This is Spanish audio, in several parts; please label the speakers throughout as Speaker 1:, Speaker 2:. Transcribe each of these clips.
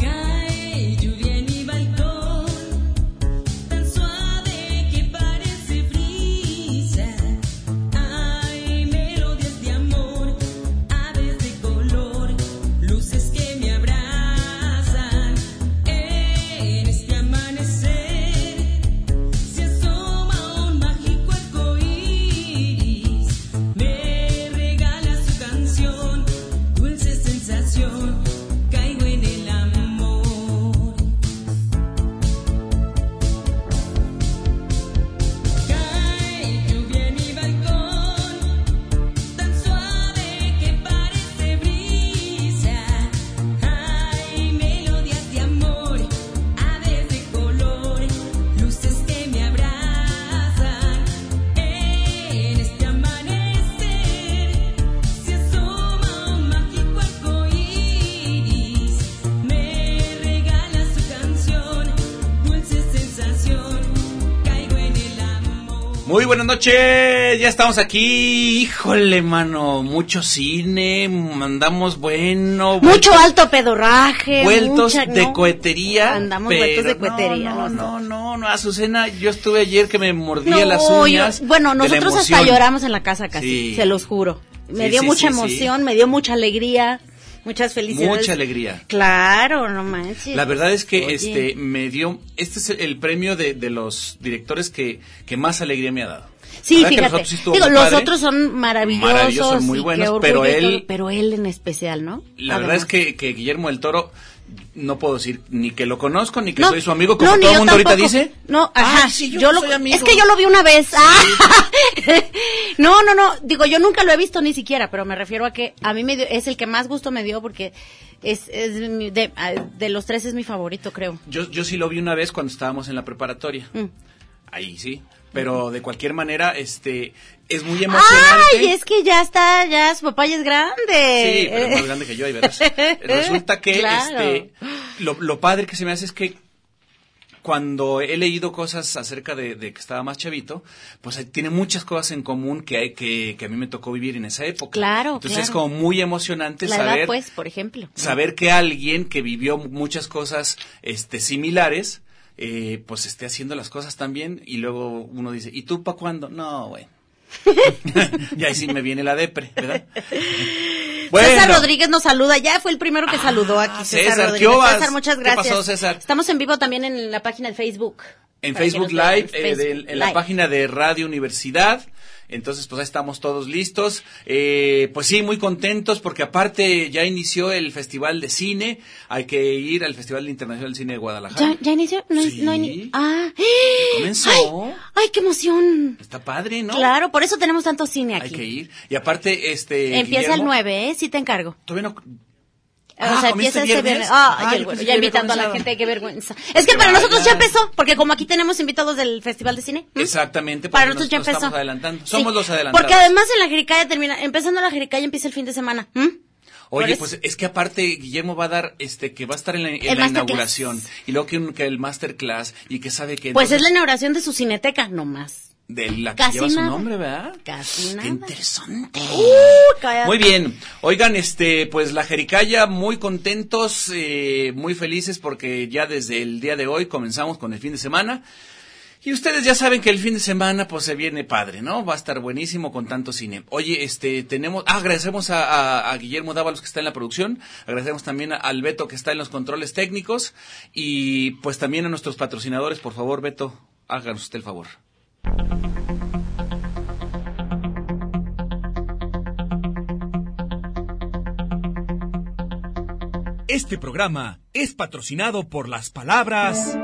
Speaker 1: Cae lluvia en mi balcón, tan suave que parece brisa. Hay melodías de amor, aves de color, luces que me abrazan. En este amanecer se asoma un mágico arcoíris. Me regala su canción, dulce sensación. Caigo en el amor. Cae lluvia en mi balcón, tan suave que parece brisa. Hay melodías de amor, aves de color, luces que me abrazan. En este amanecer se asoma un mágico arcoíris. Me regala su canción, dulce sensación. Caigo en el amor.
Speaker 2: Muy buenas noches, ya estamos aquí. Híjole, mano, mucho cine, mandamos bueno.
Speaker 3: Mucho
Speaker 2: vueltos-
Speaker 3: alto pedorraje.
Speaker 2: Vueltos
Speaker 3: mucha-
Speaker 2: de
Speaker 3: no.
Speaker 2: cohetería.
Speaker 3: Andamos vueltos de
Speaker 2: pero
Speaker 3: cohetería.
Speaker 2: No,
Speaker 3: los
Speaker 2: no, no,
Speaker 3: dos.
Speaker 2: no, no, Azucena, yo estuve ayer que me mordía
Speaker 3: No,
Speaker 2: las
Speaker 3: yo-
Speaker 2: uñas.
Speaker 3: bueno,
Speaker 2: de la
Speaker 3: nosotros hasta
Speaker 2: emoción.
Speaker 3: lloramos en la casa casi,
Speaker 2: Sí.
Speaker 3: se los juro. Me
Speaker 2: Sí,
Speaker 3: dio
Speaker 2: sí,
Speaker 3: mucha
Speaker 2: sí, sí.
Speaker 3: emoción, me dio mucha alegría, muchas felicidades.
Speaker 2: Mucha alegría.
Speaker 3: Claro, no manches.
Speaker 2: La verdad es que
Speaker 3: Oye.
Speaker 2: este me dio. Este es el premio de, de los directores que, que más alegría me ha dado.
Speaker 3: Sí,
Speaker 2: La verdad que
Speaker 3: fíjate.
Speaker 2: nosotros sí estuvo
Speaker 3: Digo,
Speaker 2: muy
Speaker 3: los
Speaker 2: padre.
Speaker 3: otros son maravillosos,
Speaker 2: Maravillosos, muy
Speaker 3: y qué
Speaker 2: buenos,
Speaker 3: orgullo
Speaker 2: pero
Speaker 3: y todo,
Speaker 2: él-
Speaker 3: pero él en especial, ¿no?
Speaker 2: La
Speaker 3: Además.
Speaker 2: verdad es que, que Guillermo del Toro, no puedo decir ni que lo conozco, ni que
Speaker 3: No,
Speaker 2: soy su amigo, como
Speaker 3: no, ni
Speaker 2: todo el
Speaker 3: yo
Speaker 2: mundo ahorita
Speaker 3: tampoco.
Speaker 2: dice.
Speaker 3: No,
Speaker 2: Ah,
Speaker 3: ajá.
Speaker 2: sí,
Speaker 3: yo
Speaker 2: yo
Speaker 3: lo-
Speaker 2: soy amigo.
Speaker 3: Es que yo lo vi una vez. Ah. no, no, no. Digo, yo nunca lo he visto ni siquiera, pero me refiero a que a mí me dio- es el que más gusto me dio porque es, es mi- de, ah, de los tres es mi favorito, creo.
Speaker 2: Yo, yo sí lo vi una vez cuando estábamos en la preparatoria.
Speaker 3: Mm.
Speaker 2: Ahí sí. Pero de cualquier manera, este, es muy emocionante.
Speaker 3: Ay, es que ya está, ya su papá ya es grande. Eh,
Speaker 2: Sí, pero es más grande que yo, ahí verás. Resulta que
Speaker 3: Claro.
Speaker 2: este, lo, lo padre que se me hace es que cuando he leído cosas acerca de, de que estaba más chavito, pues eh, tiene muchas cosas en común que, hay- que, que a mí me tocó vivir en esa época.
Speaker 3: Claro,
Speaker 2: Entonces
Speaker 3: claro.
Speaker 2: es como muy emocionante
Speaker 3: La
Speaker 2: saber,
Speaker 3: edad, pues, por ejemplo.
Speaker 2: saber que alguien que vivió muchas cosas este, similares, eh, pues esté haciendo las cosas también y luego uno dice, ¿y tú para cuándo? No, bueno. y ahí sí me viene la depre, ¿verdad?
Speaker 3: César Rodríguez nos saluda, ya fue el primero que saludó aquí. César,
Speaker 2: Ah, César, ¿qué
Speaker 3: Rodríguez.
Speaker 2: obas?
Speaker 3: César, muchas
Speaker 2: ¿Qué
Speaker 3: gracias.
Speaker 2: pasó, César?
Speaker 3: Estamos en vivo también en la página de Facebook.
Speaker 2: En
Speaker 3: Para que nos
Speaker 2: Facebook
Speaker 3: vean,
Speaker 2: Live, eh,
Speaker 3: Facebook
Speaker 2: de- en la
Speaker 3: Live.
Speaker 2: página de Radio Universidad. Entonces, pues ahí estamos todos listos. Eh, pues sí, muy contentos porque aparte ya inició el Festival de Cine. Hay que ir al Festival Internacional del Cine de Guadalajara.
Speaker 3: ¿Ya, ya inició? No,
Speaker 2: Sí.
Speaker 3: no hay ni- Ah.
Speaker 2: comenzó.
Speaker 3: Ay, ay, qué emoción.
Speaker 2: Está padre, ¿no?
Speaker 3: Claro, por eso tenemos tanto cine
Speaker 2: Hay
Speaker 3: aquí.
Speaker 2: que ir. Y aparte, este...
Speaker 3: Empieza el
Speaker 2: Guillermo, Ah,
Speaker 3: 9, ¿eh? Sí te encargo.
Speaker 2: Todavía no...
Speaker 3: o sea, empieza este viernes.
Speaker 2: Ah,
Speaker 3: Ay, el
Speaker 2: pues,
Speaker 3: güero, ya invitando a la gente, qué vergüenza. Es que
Speaker 2: Que
Speaker 3: para nosotros ya
Speaker 2: vayan.
Speaker 3: empezó, porque como aquí tenemos invitados del Festival de Cine. ¿m?
Speaker 2: Exactamente,
Speaker 3: Mm. Para
Speaker 2: porque
Speaker 3: nosotros
Speaker 2: nos-
Speaker 3: ya
Speaker 2: nos
Speaker 3: empezó.
Speaker 2: estamos adelantando. Somos los adelantados.
Speaker 3: Porque además en la Jericaya termina, empezando la Jericaya empieza el fin de semana. ¿Mm? ¿m?
Speaker 2: Oye,
Speaker 3: Por
Speaker 2: pues
Speaker 3: eso.
Speaker 2: es que aparte Guillermo va a dar, este, que va a estar en la, en
Speaker 3: El
Speaker 2: la
Speaker 3: masterclass.
Speaker 2: inauguración y luego que, un- que el masterclass y que sabe que
Speaker 3: Pues es la
Speaker 2: entonces-
Speaker 3: inauguración de su cineteca, no más.
Speaker 2: de la que
Speaker 3: casi
Speaker 2: lleva su
Speaker 3: nada.
Speaker 2: nombre, ¿verdad?
Speaker 3: Casi nada.
Speaker 2: Qué interesante.
Speaker 3: Uh, cállate.
Speaker 2: Muy bien. Oigan, este, pues la Jericaya muy contentos, eh, muy felices porque ya desde el día de hoy comenzamos con el fin de semana. Y ustedes ya saben que el fin de semana pues se viene padre, ¿no? Va a estar buenísimo con tanto cine. Oye, este, tenemos, ah, agradecemos a, a- a Guillermo Dávalos que está en la producción, agradecemos también a- al Beto que está en los controles técnicos y pues también a nuestros patrocinadores, por favor, Beto, háganos usted el favor.
Speaker 4: Este programa es patrocinado por las palabras.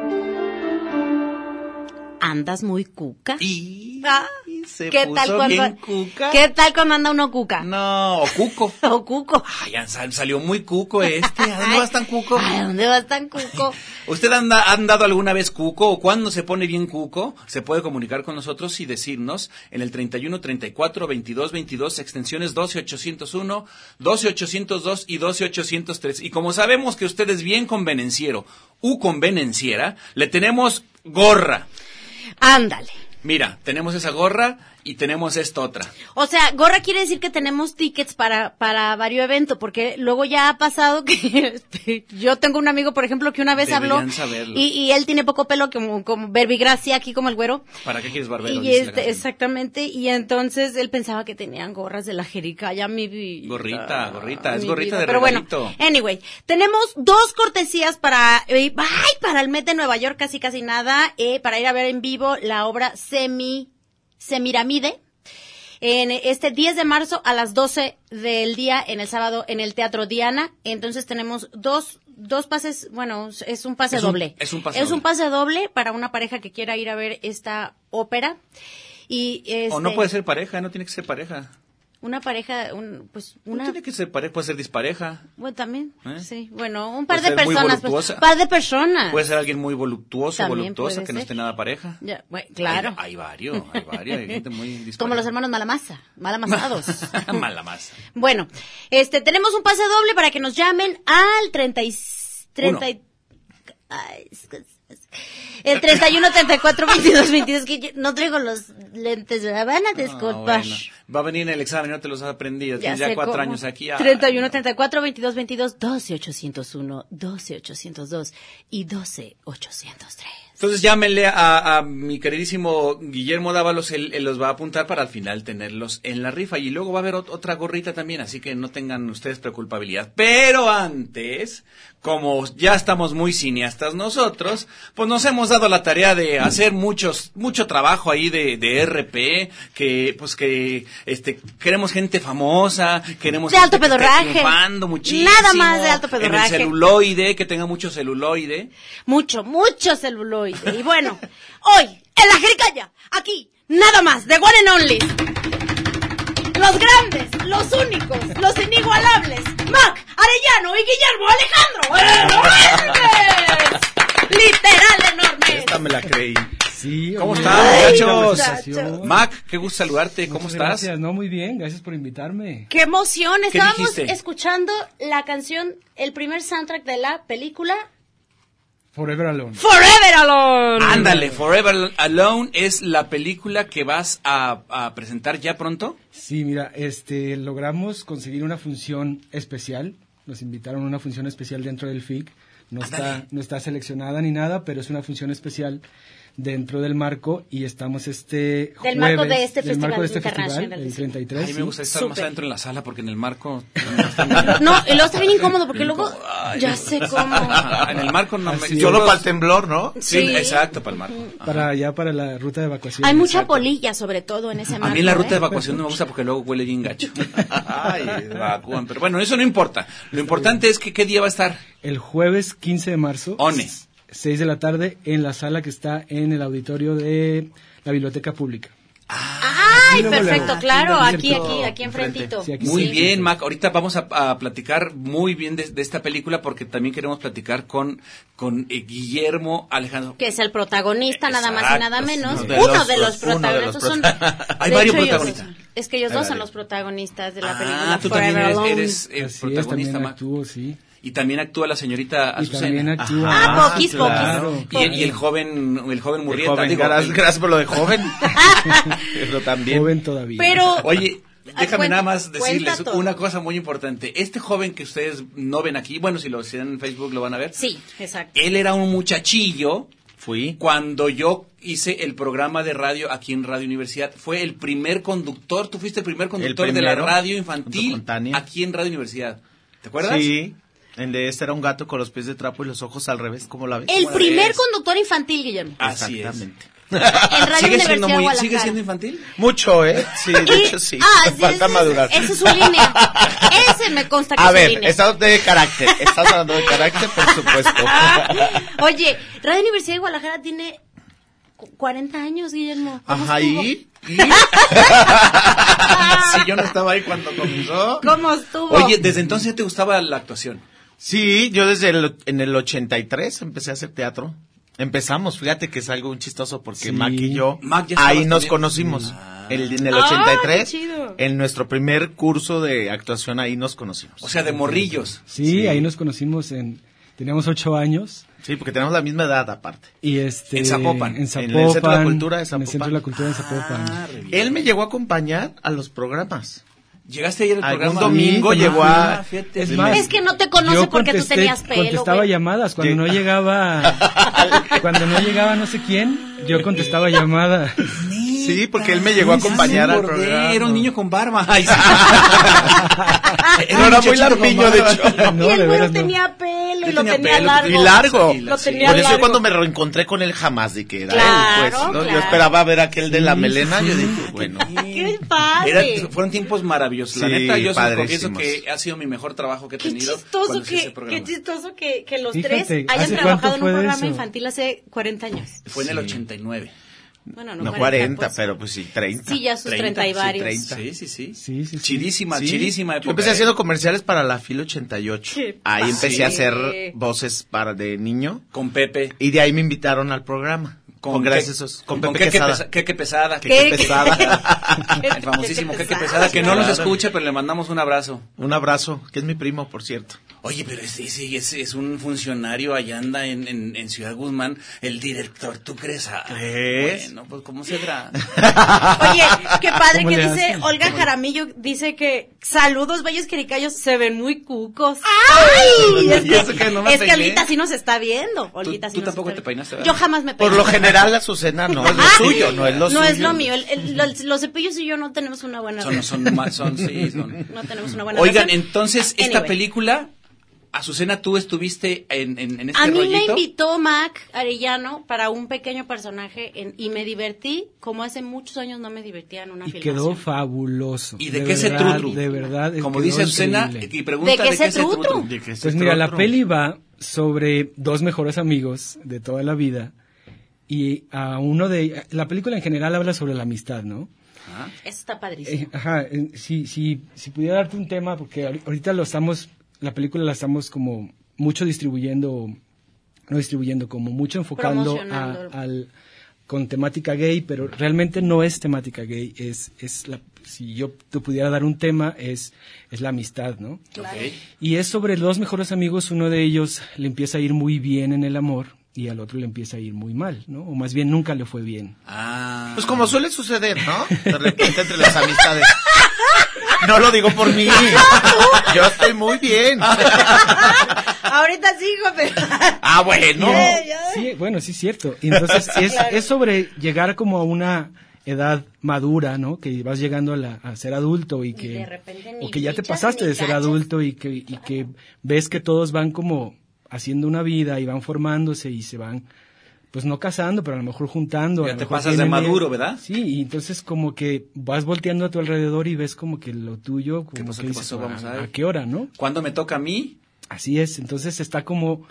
Speaker 3: ¿Andas muy cuca?
Speaker 2: Y
Speaker 3: Ah,
Speaker 2: se
Speaker 3: ¿Qué
Speaker 2: puso
Speaker 3: tal cuando,
Speaker 2: bien cuca.
Speaker 3: ¿Qué tal cuando anda uno cuca?
Speaker 2: No, o cuco.
Speaker 3: O cuco.
Speaker 2: Ay, ya sal- salió muy cuco este. ¿A dónde vas tan cuco?
Speaker 3: ¿A dónde vas tan cuco?
Speaker 2: ¿Usted anda, ha andado alguna vez cuco o cuando se pone bien cuco? Se puede comunicar con nosotros y decirnos en el 31 34 22 22 extensiones 12 801, 12 802 y 12 803. Y como sabemos que usted es bien convenenciero u convenenciera, le tenemos gorra.
Speaker 3: Ándale.
Speaker 2: Mira, tenemos esa gorra y tenemos esta otra.
Speaker 3: O sea, gorra quiere decir que tenemos tickets para, para varios eventos, porque luego ya ha pasado que este, yo tengo un amigo, por ejemplo, que una vez habló
Speaker 2: Deberían saberlo.
Speaker 3: y, y él tiene poco pelo como, como Berbi Gracia, aquí como el güero.
Speaker 2: ¿Para qué quieres barbero?
Speaker 3: Y
Speaker 2: Dice la
Speaker 3: este,
Speaker 2: canción.
Speaker 3: exactamente, y entonces él pensaba que tenían gorras de la jericaya, mi vida.
Speaker 2: Gorrita, gorrita, es
Speaker 3: Mi
Speaker 2: gorrita de
Speaker 3: Pero bueno,
Speaker 2: regalito.
Speaker 3: anyway, tenemos dos cortesías para, eh, ay, para el Met de Nueva York, casi casi nada, eh, para ir a ver en vivo la obra Semi, Semiramide. En este 10 de marzo a las 12 del día, en el sábado, en el Teatro Diana. Entonces tenemos dos, dos pases, bueno, es un pase
Speaker 2: Es un-
Speaker 3: doble.
Speaker 2: es un pase
Speaker 3: Es un
Speaker 2: doble.
Speaker 3: pase doble para una pareja que quiera ir a ver esta ópera. Y este,
Speaker 2: O no puede ser pareja, no tiene que ser pareja.
Speaker 3: Una pareja, un, pues
Speaker 2: No
Speaker 3: una.
Speaker 2: tiene que ser pareja, puede ser dispareja.
Speaker 3: Bueno, también.
Speaker 2: ¿Eh?
Speaker 3: Sí, bueno, un par de
Speaker 2: Puede ser muy
Speaker 3: personas. pues,
Speaker 2: voluptuosa. Pues,
Speaker 3: par de personas.
Speaker 2: Puede ser alguien muy voluptuoso,
Speaker 3: También
Speaker 2: voluptuosa,
Speaker 3: puede
Speaker 2: que no
Speaker 3: ser.
Speaker 2: esté nada pareja.
Speaker 3: Ya, bueno, claro.
Speaker 2: Hay, hay varios, hay varios, hay gente muy dispareja.
Speaker 3: Como los hermanos Malamasa, Malamasados.
Speaker 2: Mala masa.
Speaker 3: bueno, este, tenemos un pase doble para que nos llamen al 30 y... 30 y- Ay, es que- es- el 31, 34, 22, 22, que yo no traigo los lentes, me van a
Speaker 2: Ah,
Speaker 3: disculpar.
Speaker 2: bueno. Va a venir en el examen, no te los has aprendido.
Speaker 3: Ya
Speaker 2: Tienes ya
Speaker 3: sé
Speaker 2: cuatro
Speaker 3: cómo.
Speaker 2: años aquí. Ay,
Speaker 3: 31,
Speaker 2: no.
Speaker 3: 34, 22, 22, 12, 801, 12, 802 y 12, 803.
Speaker 2: Entonces llámenle a, a mi queridísimo Guillermo Dávalos, él, él los va a apuntar para al final tenerlos en la rifa y luego va a haber ot- otra gorrita también, así que no tengan ustedes preculpabilidad. Pero antes, como ya estamos muy cineastas nosotros, pues nos hemos dado la tarea de hacer muchos, mucho trabajo ahí de, de RP, que pues que este queremos gente famosa, queremos
Speaker 3: De alto
Speaker 2: gente que esté
Speaker 3: pedorraje.
Speaker 2: triunfando muchísimo
Speaker 3: Nada más de alto
Speaker 2: En
Speaker 3: pedorraje.
Speaker 2: el celuloide, que tenga mucho celuloide.
Speaker 3: Mucho, mucho celuloide. Y bueno, hoy, en la jericaya, aquí, nada más, de One and Only. Los grandes, los únicos, los inigualables, Mac, Arellano y Guillermo Alejandro. ¡Enormes! Literal enormes.
Speaker 2: Esta me la creí.
Speaker 5: Sí,
Speaker 2: ¿Cómo
Speaker 5: oye,
Speaker 2: están,
Speaker 5: qué
Speaker 2: muchachos?
Speaker 5: conversación.
Speaker 2: Mac, qué gusto saludarte, ¿cómo
Speaker 5: Muchas
Speaker 2: estás?
Speaker 5: Gracias, no, muy bien, gracias por invitarme.
Speaker 3: Qué emoción,
Speaker 2: ¿Qué
Speaker 3: estábamos
Speaker 2: dijiste?
Speaker 3: escuchando la canción, el primer soundtrack de la película
Speaker 5: Forever Alone.
Speaker 3: Forever Alone.
Speaker 2: Ándale, Forever Alone es la película que vas a, a presentar ya pronto.
Speaker 5: Sí, mira, este, logramos conseguir una función especial. Nos invitaron a una función especial dentro del FIC. No está,
Speaker 2: Ándale.
Speaker 5: no está seleccionada ni nada, pero es una función especial dentro del marco y estamos este
Speaker 3: Del marco
Speaker 5: jueves-
Speaker 3: de este
Speaker 5: del
Speaker 3: festival
Speaker 5: marco de este festival,
Speaker 3: internacional,
Speaker 5: el
Speaker 3: sí.
Speaker 5: 33.
Speaker 2: A mí me
Speaker 5: sí.
Speaker 2: gusta estar más
Speaker 3: Súper.
Speaker 2: adentro en la sala porque en el marco...
Speaker 3: No, y luego está bien incómodo porque luego
Speaker 2: Ay,
Speaker 3: ya sé cómo.
Speaker 2: en el marco no me...
Speaker 5: Así
Speaker 2: Yo
Speaker 5: es.
Speaker 2: lo
Speaker 6: Solo
Speaker 2: pa-
Speaker 6: para el temblor, ¿no?
Speaker 2: Sí,
Speaker 3: Sí.
Speaker 2: exacto, para el marco. Ajá.
Speaker 5: Para allá, para la ruta de evacuación.
Speaker 3: Hay mucha
Speaker 5: Exacto.
Speaker 3: polilla sobre todo en ese
Speaker 2: A
Speaker 3: marco.
Speaker 2: mí la ruta de
Speaker 3: ¿eh?
Speaker 2: evacuación no me gusta porque luego huele bien gacho. Ay, evacúan. Pero bueno, eso no importa. Lo importante es que qué día va a estar.
Speaker 5: El jueves 15 de marzo.
Speaker 2: One.
Speaker 5: 6 de la tarde en la sala que está en el auditorio de la Biblioteca Pública.
Speaker 3: Ay,
Speaker 5: luego, luego.
Speaker 3: perfecto, claro,
Speaker 5: Aquí,
Speaker 3: aquí,
Speaker 5: luego.
Speaker 3: aquí, aquí enfrentito.
Speaker 5: Sí, aquí
Speaker 2: Muy
Speaker 5: sí.
Speaker 2: bien, Mac. Ahorita vamos a, a platicar muy bien de, de esta película porque también queremos platicar con, con eh, Guillermo Alejandro.
Speaker 3: Que es el protagonista, nada más y nada
Speaker 2: Exacto,
Speaker 3: menos.
Speaker 2: sí.
Speaker 3: Uno
Speaker 2: De
Speaker 3: de los,
Speaker 6: los- uno de los
Speaker 3: protagonistas. Son,
Speaker 6: protagonistas.
Speaker 2: Hay
Speaker 3: de
Speaker 2: varios
Speaker 3: hecho, ellos-
Speaker 2: protagonistas.
Speaker 3: es que ellos
Speaker 2: Hay
Speaker 3: dos son
Speaker 2: varios.
Speaker 3: los protagonistas de la película
Speaker 2: Ah, tú
Speaker 3: Forever
Speaker 2: también eres,
Speaker 3: Alone.
Speaker 2: eres, eh,
Speaker 5: Pues, Así es,
Speaker 2: protagonista,
Speaker 5: también
Speaker 2: Mac.
Speaker 5: actúo, sí.
Speaker 2: Y también actúa la señorita
Speaker 5: Y
Speaker 2: Azucena.
Speaker 5: también actúo.
Speaker 3: Ah, poquis,
Speaker 6: claro.
Speaker 3: poquis.
Speaker 2: Y, el- y el joven, el joven
Speaker 6: El
Speaker 2: Murrieta.
Speaker 6: joven,
Speaker 2: digo,
Speaker 6: gracias,
Speaker 2: el-
Speaker 6: gracias por lo de joven. Pero también.
Speaker 5: Joven todavía.
Speaker 3: Pero
Speaker 2: Oye, déjame
Speaker 3: Cuenta-
Speaker 2: nada más
Speaker 3: cuenta
Speaker 2: decirles
Speaker 3: todo.
Speaker 2: una cosa muy importante. Este joven que ustedes no ven aquí, bueno, si lo ven en Facebook lo van a ver.
Speaker 3: Sí, exacto.
Speaker 2: Él era un muchachillo
Speaker 6: Fui.
Speaker 2: cuando yo hice el programa de radio aquí en Radio Universidad, fue el primer conductor, tú fuiste el primer conductor de
Speaker 6: primero,
Speaker 2: la radio
Speaker 6: junto
Speaker 2: infantil
Speaker 6: con Tania.
Speaker 2: aquí en Radio Universidad. ¿Te acuerdas?
Speaker 6: Sí. El de este era un gato con los pies de trapo y los ojos al revés, como la ves?
Speaker 3: El
Speaker 2: ¿Cómo
Speaker 3: primer
Speaker 2: ves?
Speaker 3: conductor infantil, Guillermo.
Speaker 2: Así es.
Speaker 6: Exactamente.
Speaker 3: En Radio
Speaker 2: ¿Sigue siendo,
Speaker 3: Universidad
Speaker 2: muy,
Speaker 3: Guadalajara.
Speaker 2: ¿Sigue siendo infantil?
Speaker 6: Mucho, ¿eh? Sí, de
Speaker 3: Y-
Speaker 6: hecho sí.
Speaker 3: Ah, sí,
Speaker 6: Falta
Speaker 3: ese es-
Speaker 6: madurar.
Speaker 3: Esa es su línea. Ese me consta que
Speaker 6: A
Speaker 3: es su
Speaker 6: ver,
Speaker 3: línea.
Speaker 6: estás de carácter. Estás hablando de carácter, por supuesto.
Speaker 3: Oye, Radio Universidad de Guadalajara tiene cu- 40 años, Guillermo. ¿Cómo
Speaker 6: Ajá,
Speaker 3: estuvo?
Speaker 6: ¿y? ¿Y? si yo no estaba ahí cuando comenzó.
Speaker 3: ¿Cómo estuvo?
Speaker 2: Oye, desde entonces ya te gustaba la actuación.
Speaker 6: Sí, yo desde el, en el 83 empecé a hacer teatro. Empezamos, fíjate que es algo un chistoso porque
Speaker 5: Sí.
Speaker 6: Mac y yo
Speaker 2: Mac ya
Speaker 6: ahí
Speaker 2: estabas
Speaker 6: nos
Speaker 2: también.
Speaker 6: conocimos. El, en el
Speaker 3: Ah,
Speaker 6: 83,
Speaker 3: qué chido.
Speaker 6: en nuestro primer curso de actuación ahí nos conocimos.
Speaker 2: O sea, de morrillos.
Speaker 5: Sí, ahí nos conocimos en... Teníamos ocho años
Speaker 6: sí, porque tenemos la misma edad aparte.
Speaker 5: y este...
Speaker 2: En Zapopan,
Speaker 5: En
Speaker 6: en el Centro de la
Speaker 5: Zapopan,
Speaker 6: Cultura de
Speaker 5: En el Centro de la
Speaker 6: Zapopan.
Speaker 5: Cultura de Zapopan.
Speaker 6: Ah,
Speaker 3: Ah,
Speaker 2: Ah,
Speaker 6: Él me llegó a acompañar a los programas.
Speaker 2: Llegaste ayer al
Speaker 6: Algún
Speaker 2: programa.
Speaker 6: domingo
Speaker 2: Ah,
Speaker 6: llegó a-
Speaker 2: fíjate.
Speaker 6: Es
Speaker 2: Sí,
Speaker 6: más,
Speaker 3: es que no te conoce
Speaker 5: Yo
Speaker 3: porque
Speaker 5: contesté-
Speaker 3: tú tenías pelo.
Speaker 5: Contestaba
Speaker 3: güey.
Speaker 5: llamadas cuando
Speaker 6: Sí.
Speaker 5: no llegaba. cuando no llegaba no sé quién, yo contestaba llamadas.
Speaker 6: Sí, porque él me llegó a
Speaker 2: Sí, sí,
Speaker 6: acompañar
Speaker 2: sí,
Speaker 6: al
Speaker 2: bordé,
Speaker 6: programa.
Speaker 2: Era un niño con barba. Ay, sí.
Speaker 6: No era muy
Speaker 2: muchachito con
Speaker 6: lampiño, de
Speaker 2: barba.
Speaker 6: hecho.
Speaker 5: No,
Speaker 3: y el
Speaker 5: de
Speaker 3: güero
Speaker 5: veras no.
Speaker 3: tenía pelo y
Speaker 2: Yo
Speaker 3: lo
Speaker 2: tenía
Speaker 3: tenía,
Speaker 2: pelo,
Speaker 3: largo.
Speaker 6: Y largo.
Speaker 2: Y
Speaker 3: Lo
Speaker 2: sí.
Speaker 3: tenía
Speaker 6: Por eso yo
Speaker 3: largo.
Speaker 6: cuando me reencontré con él jamás de que era él, pues,
Speaker 3: Claro,
Speaker 6: ¿no? Yo
Speaker 3: claro.
Speaker 6: esperaba ver aquel de la melena, yo dije, bueno.
Speaker 3: Ah, ¡Qué padre!
Speaker 2: Era- fueron tiempos maravillosos. La
Speaker 6: Sí,
Speaker 2: neta, yo sí confieso
Speaker 6: padrísimos.
Speaker 2: que ha sido mi mejor trabajo que he
Speaker 3: Qué
Speaker 2: tenido.
Speaker 3: chistoso,
Speaker 2: cuando hice ese
Speaker 3: que,
Speaker 2: programa.
Speaker 3: qué chistoso que, que los
Speaker 5: Fíjate,
Speaker 3: tres
Speaker 5: ¿hace
Speaker 3: hayan
Speaker 5: cuánto
Speaker 3: trabajado en un
Speaker 5: fue
Speaker 3: programa
Speaker 5: eso?
Speaker 3: infantil hace 40 años.
Speaker 2: Fue en el 89.
Speaker 3: Bueno, no,
Speaker 6: No 40,
Speaker 3: pues.
Speaker 6: pero pues sí, 30.
Speaker 3: Sí, ya sus 30, y
Speaker 6: sí,
Speaker 3: varios.
Speaker 6: 30.
Speaker 2: Sí, sí, sí.
Speaker 5: Sí, sí, sí.
Speaker 2: Chidísima,
Speaker 6: Sí.
Speaker 2: chidísima época.
Speaker 6: Yo empecé
Speaker 2: ¿eh?
Speaker 6: haciendo comerciales para la fila 88.
Speaker 3: Qué
Speaker 6: Ahí empecé
Speaker 3: padre.
Speaker 6: a hacer voces para de niño.
Speaker 2: Con Pepe.
Speaker 6: Y de ahí me invitaron al programa. Con, gracias a esos.
Speaker 2: Con,
Speaker 6: Con,
Speaker 2: con
Speaker 6: Pepe
Speaker 2: Queque
Speaker 6: Quesada.
Speaker 2: Pesa- Queque Pesada.
Speaker 6: Qué- qué
Speaker 3: pesada.
Speaker 2: El famosísimo Queque Pesada, que no nos escucha, pero le mandamos un abrazo.
Speaker 6: Un abrazo, que es mi primo, por cierto.
Speaker 2: Oye, pero ese, ese- ese es un funcionario allá anda en, en- en Ciudad Guzmán, el director, ¿tú crees? Ah,
Speaker 6: ¿Crees?
Speaker 2: Bueno, pues ¿cómo será?
Speaker 3: Oye, qué padre
Speaker 5: ¿Cómo
Speaker 3: que
Speaker 5: le
Speaker 3: dice
Speaker 5: hacen?
Speaker 3: Olga Jaramillo, dice que saludos, bellos quericayos, se ven muy cucos. ¡Ay! Es
Speaker 6: Y
Speaker 3: que,
Speaker 6: eso que no me
Speaker 3: es que
Speaker 6: peiné.
Speaker 3: Olguita sí nos está viendo. Olguita sí
Speaker 2: tú
Speaker 3: nos
Speaker 2: tampoco
Speaker 3: está
Speaker 2: te peinaste, ¿verdad?
Speaker 3: Yo jamás me peiné.
Speaker 6: Por lo general, Azucena no es lo
Speaker 3: Ah,
Speaker 6: suyo, no es lo suyo.
Speaker 3: No es lo mío. El- el- los, los cepillos y yo no tenemos una buena
Speaker 2: Son, son, más- son, sí, son.
Speaker 3: No tenemos una buena
Speaker 2: Oigan,
Speaker 3: relación.
Speaker 2: entonces, esta
Speaker 3: Ah, Anyway.
Speaker 2: película, Azucena, tú estuviste en, en, en este
Speaker 3: A mí
Speaker 2: rollito.
Speaker 3: me invitó Mac Arellano para un pequeño personaje en- y me divertí como hace muchos años no me divertía en una
Speaker 5: Y
Speaker 3: filmación.
Speaker 5: quedó fabuloso.
Speaker 2: ¿Y de, qué se
Speaker 5: verdad,
Speaker 2: trutru?
Speaker 5: De verdad. eh,
Speaker 2: Como
Speaker 5: quedó
Speaker 2: dice Azucena,
Speaker 5: increíble.
Speaker 2: y pregunta
Speaker 3: ¿De qué se trutru?
Speaker 6: De que este
Speaker 5: Pues
Speaker 6: se
Speaker 5: mira, la
Speaker 6: trotro.
Speaker 5: peli va sobre dos mejores amigos de toda la vida y a uno de... La película en general habla sobre la amistad, ¿no?
Speaker 3: Eso está
Speaker 5: Eh,
Speaker 3: padrísimo.
Speaker 5: ajá, eh, si, si, si pudiera darte un tema, porque ahori- ahorita lo estamos, la película la estamos como mucho distribuyendo, no distribuyendo, como mucho enfocando a-
Speaker 3: Promocionando.
Speaker 5: al, con temática gay, pero realmente no es temática gay, es, es la, si yo te pudiera dar un tema, es, es la amistad, ¿no? Y es sobre dos mejores amigos, uno de ellos le empieza a ir muy bien en el amor y al otro le empieza a ir muy mal, ¿no? O más bien nunca le fue bien.
Speaker 2: Ah.
Speaker 6: Pues como suele suceder, ¿no? De repente entre las amistades. No lo digo por mí. Yo estoy muy bien.
Speaker 3: Ahorita sí, hijo, pero...
Speaker 6: Ah, bueno.
Speaker 3: Eh, ya-
Speaker 5: Sí, bueno, sí es cierto. Y Entonces es, es sobre llegar como a una edad madura, ¿no? Que vas llegando a, la- a ser adulto y que
Speaker 3: de repente ni
Speaker 5: o que ya te
Speaker 3: bichas,
Speaker 5: pasaste
Speaker 3: ni
Speaker 5: de ser
Speaker 3: cachas.
Speaker 5: adulto y que y que ves que todos van como haciendo una vida y van formándose y se van pues no casando, pero a lo mejor juntando. a
Speaker 2: Ya
Speaker 5: lo
Speaker 2: te
Speaker 5: mejor
Speaker 2: pasas de
Speaker 5: tienen-
Speaker 2: maduro, ¿verdad?
Speaker 5: Sí, y entonces como que vas volteando a tu alrededor y ves como que lo tuyo, como
Speaker 2: pasó?
Speaker 5: que
Speaker 2: ¿Qué
Speaker 5: dices, "Ah,
Speaker 2: pasó? Vamos a
Speaker 5: "¿A-
Speaker 2: ver".
Speaker 5: ¿a qué hora, no?
Speaker 2: ¿Cuándo me toca a mí?
Speaker 5: Así es, entonces está como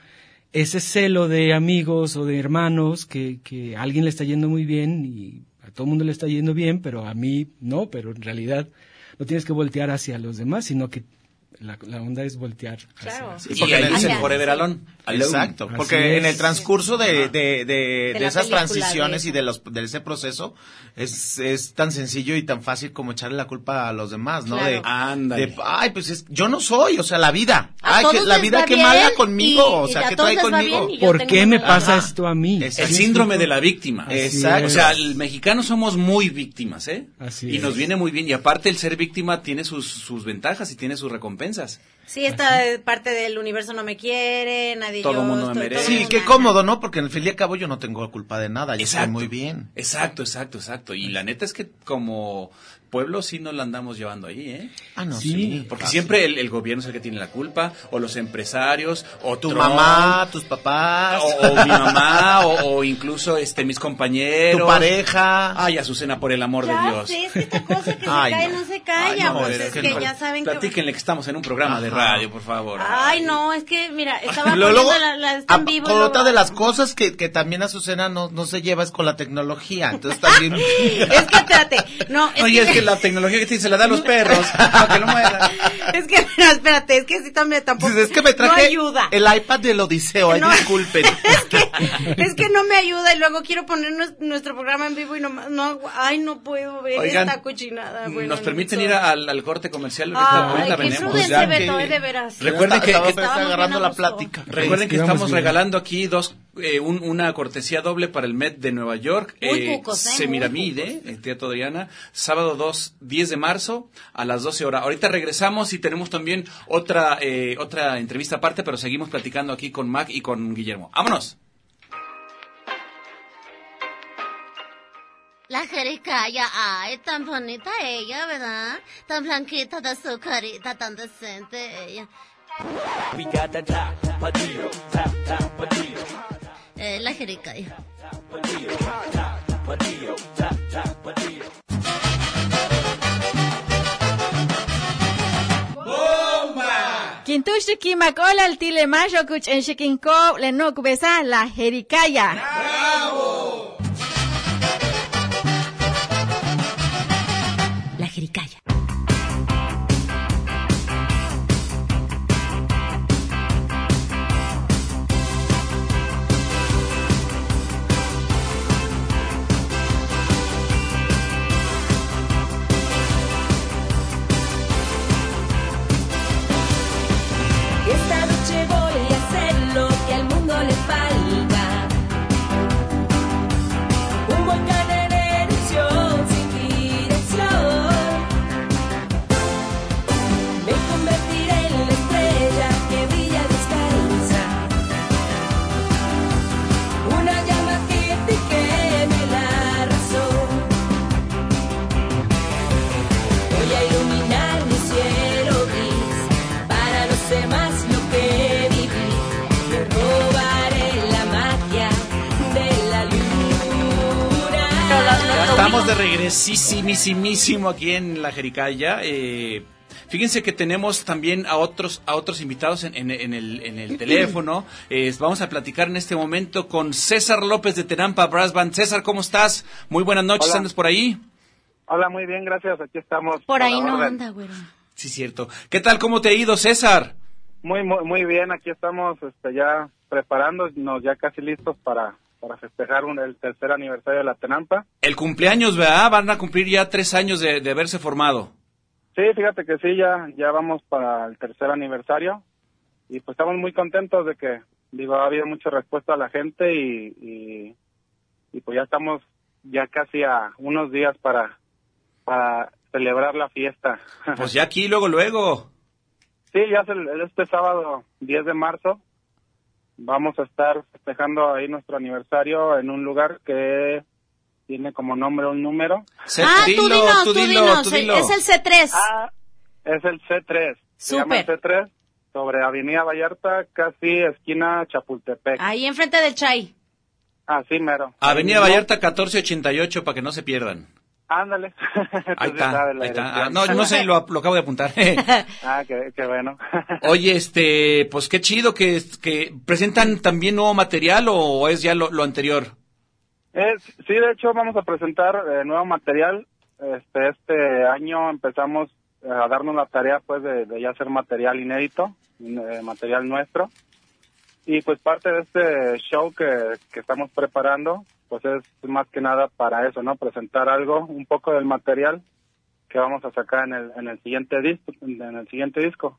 Speaker 5: ese celo de amigos o de hermanos que, que a alguien le está yendo muy bien y a todo el mundo le está yendo bien, pero a mí no, pero en realidad no tienes que voltear hacia los demás, sino que la, la onda es voltear.
Speaker 3: Claro.
Speaker 6: Sí,
Speaker 2: Y
Speaker 6: porque
Speaker 2: ahí
Speaker 6: le
Speaker 2: dice
Speaker 6: dicen-
Speaker 2: Forever Alone. Alone.
Speaker 6: Exacto,
Speaker 5: Así
Speaker 6: porque
Speaker 5: es.
Speaker 6: en el transcurso de, de, de- de
Speaker 3: la
Speaker 6: esas
Speaker 3: película,
Speaker 6: transiciones
Speaker 3: de-
Speaker 6: y de, los, de ese proceso es, es tan sencillo y tan fácil como echarle la culpa a los demás, ¿no?
Speaker 3: Claro.
Speaker 6: De,
Speaker 2: Ándale.
Speaker 6: de, ay, pues es- yo no soy, o sea, la vida.
Speaker 3: A
Speaker 6: ay, que
Speaker 3: todos
Speaker 6: la
Speaker 3: les
Speaker 6: vida
Speaker 3: va
Speaker 6: qué
Speaker 3: bien
Speaker 6: mala conmigo,
Speaker 3: y-
Speaker 6: o
Speaker 3: y
Speaker 6: sea,
Speaker 3: a
Speaker 6: ¿qué
Speaker 3: todos
Speaker 6: trae
Speaker 3: les va
Speaker 6: conmigo?
Speaker 3: bien y yo
Speaker 5: ¿Por
Speaker 3: tengo
Speaker 5: qué me
Speaker 3: una-
Speaker 5: pasa
Speaker 6: Ajá.
Speaker 5: esto a mí?
Speaker 6: Es-
Speaker 2: El
Speaker 6: Así
Speaker 2: síndrome de la víctima.
Speaker 6: Exacto.
Speaker 2: O sea, el mexicano somos muy víctimas, ¿eh?
Speaker 5: Así
Speaker 2: y nos
Speaker 5: es.
Speaker 2: viene muy bien. Y aparte, el ser víctima tiene sus, sus ventajas y tiene sus recompensas.
Speaker 3: Sí, esta parte del universo no me quiere, nadie
Speaker 2: Todo
Speaker 3: yo
Speaker 2: mundo me
Speaker 3: estoy-
Speaker 2: merece.
Speaker 3: todo
Speaker 6: Sí,
Speaker 3: mundo-
Speaker 6: qué cómodo, ¿no? Porque en el fin y al cabo yo no tengo culpa de nada, yo estoy muy bien.
Speaker 2: Exacto, exacto, exacto. Y la neta es que como pueblo sí nos la andamos llevando ahí, ¿eh?
Speaker 6: Ah, no,
Speaker 5: Sí,
Speaker 6: sí.
Speaker 2: Porque
Speaker 6: fácil.
Speaker 2: siempre el, el gobierno es el que tiene la culpa, o los empresarios, o
Speaker 6: Tu
Speaker 2: Trump,
Speaker 6: mamá, tus papás,
Speaker 2: o, o mi mamá, o, o incluso este mis compañeros.
Speaker 6: tu pareja.
Speaker 2: Ay, Azucena, por el amor de
Speaker 3: Ya
Speaker 2: Dios.
Speaker 3: sé, es que esta cosa que se
Speaker 6: Ay,
Speaker 3: cae
Speaker 6: no.
Speaker 3: no, se calla,
Speaker 6: Ay, no,
Speaker 3: pues
Speaker 6: es
Speaker 3: es
Speaker 6: que
Speaker 3: que,
Speaker 6: no.
Speaker 3: ya saben que...
Speaker 2: Platíquenle que estamos en un programa de
Speaker 6: Ajá.
Speaker 2: radio, por favor.
Speaker 3: Ay, no, es que, mira, estaba
Speaker 6: Luego, luego,
Speaker 3: poniendo la, la está en
Speaker 6: a-
Speaker 3: vivo. y luego-
Speaker 6: otra de las cosas que, que también Azucena no, no se lleva es con la tecnología. Entonces también.
Speaker 3: Es que, espérate, no, es
Speaker 2: Oye, es que la tecnología que tiene se la da a los perros, para que lo mueran.
Speaker 3: Es que, pero espérate, es que sí también tampoco.
Speaker 6: Dices, es que me traje
Speaker 3: No ayuda.
Speaker 6: el iPad del Odiseo. Ay,
Speaker 3: No.
Speaker 6: disculpen.
Speaker 3: es, que, es que no me ayuda y luego quiero poner nues- nuestro programa en vivo y no, no ay, no puedo ver
Speaker 2: Oigan,
Speaker 3: esta cochinada. Ah, bueno,
Speaker 2: Mm, ¿Nos
Speaker 3: no
Speaker 2: permiten
Speaker 3: sé.
Speaker 2: ir a- al, al corte comercial? Ahorita,
Speaker 3: Ay,
Speaker 2: ahorita
Speaker 3: qué
Speaker 2: venimos.
Speaker 3: prudente,
Speaker 6: Ya
Speaker 3: Beto,
Speaker 6: que-
Speaker 3: eh, de veras.
Speaker 2: Recuerden que-
Speaker 6: Estaba
Speaker 2: que
Speaker 6: estaba
Speaker 3: estábamos
Speaker 6: agarrando
Speaker 3: bien a
Speaker 6: la
Speaker 3: gusto.
Speaker 6: plática.
Speaker 2: Recuerden que
Speaker 5: Respiramos
Speaker 2: estamos
Speaker 5: bien.
Speaker 2: regalando aquí dos, eh, un- una cortesía doble para el Met de Nueva York,
Speaker 3: Muy cucos, ¿eh? Muy
Speaker 2: Semiramide, el eh, Teatro Diana, sábado 2, 10 de marzo a las 12 horas. Ahorita regresamos y tenemos también otra, eh, otra entrevista aparte, pero seguimos platicando aquí con Mac y con Guillermo. ¡Vámonos!
Speaker 7: La jericaya, ay, tan bonita ella, ¿verdad? Tan blanquita de su carita, tan decente ella. Eh, la jericaya.
Speaker 8: Quintush macola el tile mayo cuch en Shikinko le no cubesa la jericaya.
Speaker 9: La jericaya.
Speaker 1: Esta noche voy a hacer lo que al mundo le falta. Un volcán en erupción sin dirección. Me convertiré en la estrella que brilla descalza. Una llama que te queme la razón. Voy a iluminar mi cielo gris para los demás lo que viví. Yo robaré la magia de la luna.
Speaker 2: Ya estamos de regresísimísimo aquí en la Jericaya. Eh, fíjense que tenemos también a otros a otros invitados en, en- en el, en el teléfono. Eh, vamos a platicar en este momento con César López de Tenampa Brass Band. César, ¿cómo estás? Muy buenas noches,
Speaker 10: Hola.
Speaker 2: ¿andas por ahí?
Speaker 10: Hola, muy bien, gracias. Aquí estamos.
Speaker 3: Por
Speaker 10: a
Speaker 3: ahí
Speaker 10: la
Speaker 3: no
Speaker 10: orden.
Speaker 3: anda, güero.
Speaker 2: Sí, cierto. ¿Qué tal? ¿Cómo te ha ido, César?
Speaker 10: Muy, muy, muy bien. Aquí estamos este, ya preparándonos, ya casi listos para, para festejar un- el tercer aniversario de la Tenampa.
Speaker 2: El cumpleaños, ¿verdad? Van a cumplir ya tres años de, de haberse formado.
Speaker 10: Sí, fíjate que sí, ya, ya vamos para el tercer aniversario. Y pues estamos muy contentos de que, digo, ha habido mucha respuesta a la gente y, y, y pues ya estamos ya casi a unos días para, para celebrar la fiesta.
Speaker 2: Pues ya aquí, luego, luego.
Speaker 10: Sí, ya es el- este sábado 10 de marzo vamos a estar festejando ahí nuestro aniversario en un lugar que tiene como nombre un número.
Speaker 2: Cés-
Speaker 3: ah, tú
Speaker 2: dilo,
Speaker 3: dinos, tú
Speaker 2: tú
Speaker 3: dinos.
Speaker 2: dilo, tú
Speaker 3: eh,
Speaker 2: dilo.
Speaker 3: Es el C3.
Speaker 10: Ah, es el C3. Se llama el
Speaker 3: Súper.
Speaker 10: C3 sobre Avenida Vallarta, casi esquina Chapultepec.
Speaker 3: Ahí enfrente del Chay.
Speaker 10: Así mero.
Speaker 2: Avenida
Speaker 10: Ahí mismo.
Speaker 2: Vallarta 1488 para que no se pierdan.
Speaker 10: Ándale. Tú
Speaker 2: Ahí
Speaker 10: sí
Speaker 2: está,
Speaker 10: sabes la
Speaker 2: ahí está. Ah,
Speaker 10: dirección.
Speaker 2: No, no sé, lo, lo acabo de apuntar.
Speaker 10: Ah, qué, qué bueno.
Speaker 2: Oye, este, pues qué chido que, que presentan también nuevo material o es ya lo, lo anterior.
Speaker 10: Eh, sí, de hecho vamos a presentar eh, nuevo material. Este, este año empezamos eh, a darnos la tarea pues de, de ya hacer material inédito, eh, material nuestro. Y pues parte de este show que, que estamos preparando, pues es más que nada para eso, ¿no? Presentar algo, un poco del material que vamos a sacar en el, en el siguiente disco, en el siguiente disco,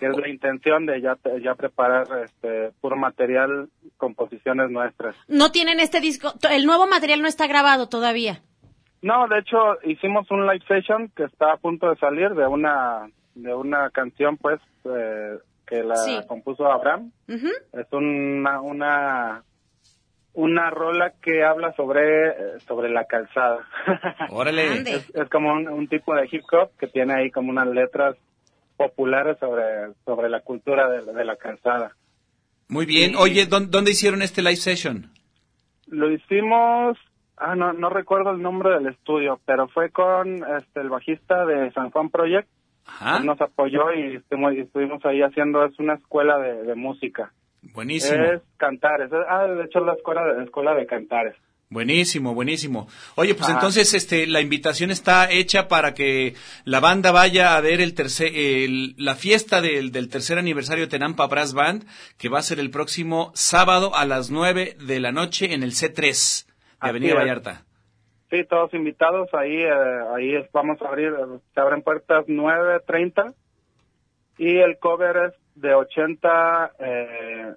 Speaker 10: que es la intención de ya, ya preparar este puro material, composiciones nuestras.
Speaker 3: No tienen este disco, to- el nuevo material no está grabado todavía.
Speaker 10: No, de hecho hicimos un live session que está a punto de salir de una de una canción pues eh, que la
Speaker 3: Sí.
Speaker 10: compuso Abraham.
Speaker 3: Ujú.
Speaker 10: Es una una una rola que habla sobre, eh, sobre la calzada.
Speaker 2: Órale.
Speaker 10: Es, es como un, un tipo de hip hop que tiene ahí como unas letras populares sobre, sobre la cultura de, de la calzada.
Speaker 2: Muy bien. Oye, ¿dón- ¿dónde hicieron este live session?
Speaker 10: Lo hicimos, ah, no, no recuerdo el nombre del estudio, pero fue con este, el bajista de San Juan Project.
Speaker 2: Ajá.
Speaker 10: Él Nos apoyó y estuvimos, y estuvimos ahí haciendo, es una escuela de, de música.
Speaker 2: Buenísimo.
Speaker 10: Es Cantares, es- ah, de hecho la escuela, la escuela de Cantares.
Speaker 2: Buenísimo, buenísimo. Oye, pues
Speaker 10: Ajá.
Speaker 2: entonces este la invitación está hecha para que la banda vaya a ver el tercer el- la fiesta del, del tercer aniversario de Tenampa Brass Band, que va a ser el próximo sábado a las 9 de la noche en el C3 de Avenida
Speaker 10: es. Ah,
Speaker 2: Vallarta.
Speaker 10: Sí, todos invitados, ahí eh, ahí es- vamos a abrir, eh, se abren puertas 9.30 y el cover es de 80 eh,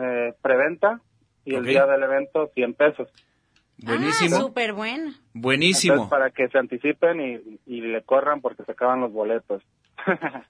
Speaker 10: eh, preventa y el
Speaker 2: Ok.
Speaker 10: día del evento 100 pesos.
Speaker 2: Buenísimo.
Speaker 3: Ah, súper buena.
Speaker 2: Buenísimo.
Speaker 10: Entonces, para que se anticipen y, y le corran porque se acaban los boletos.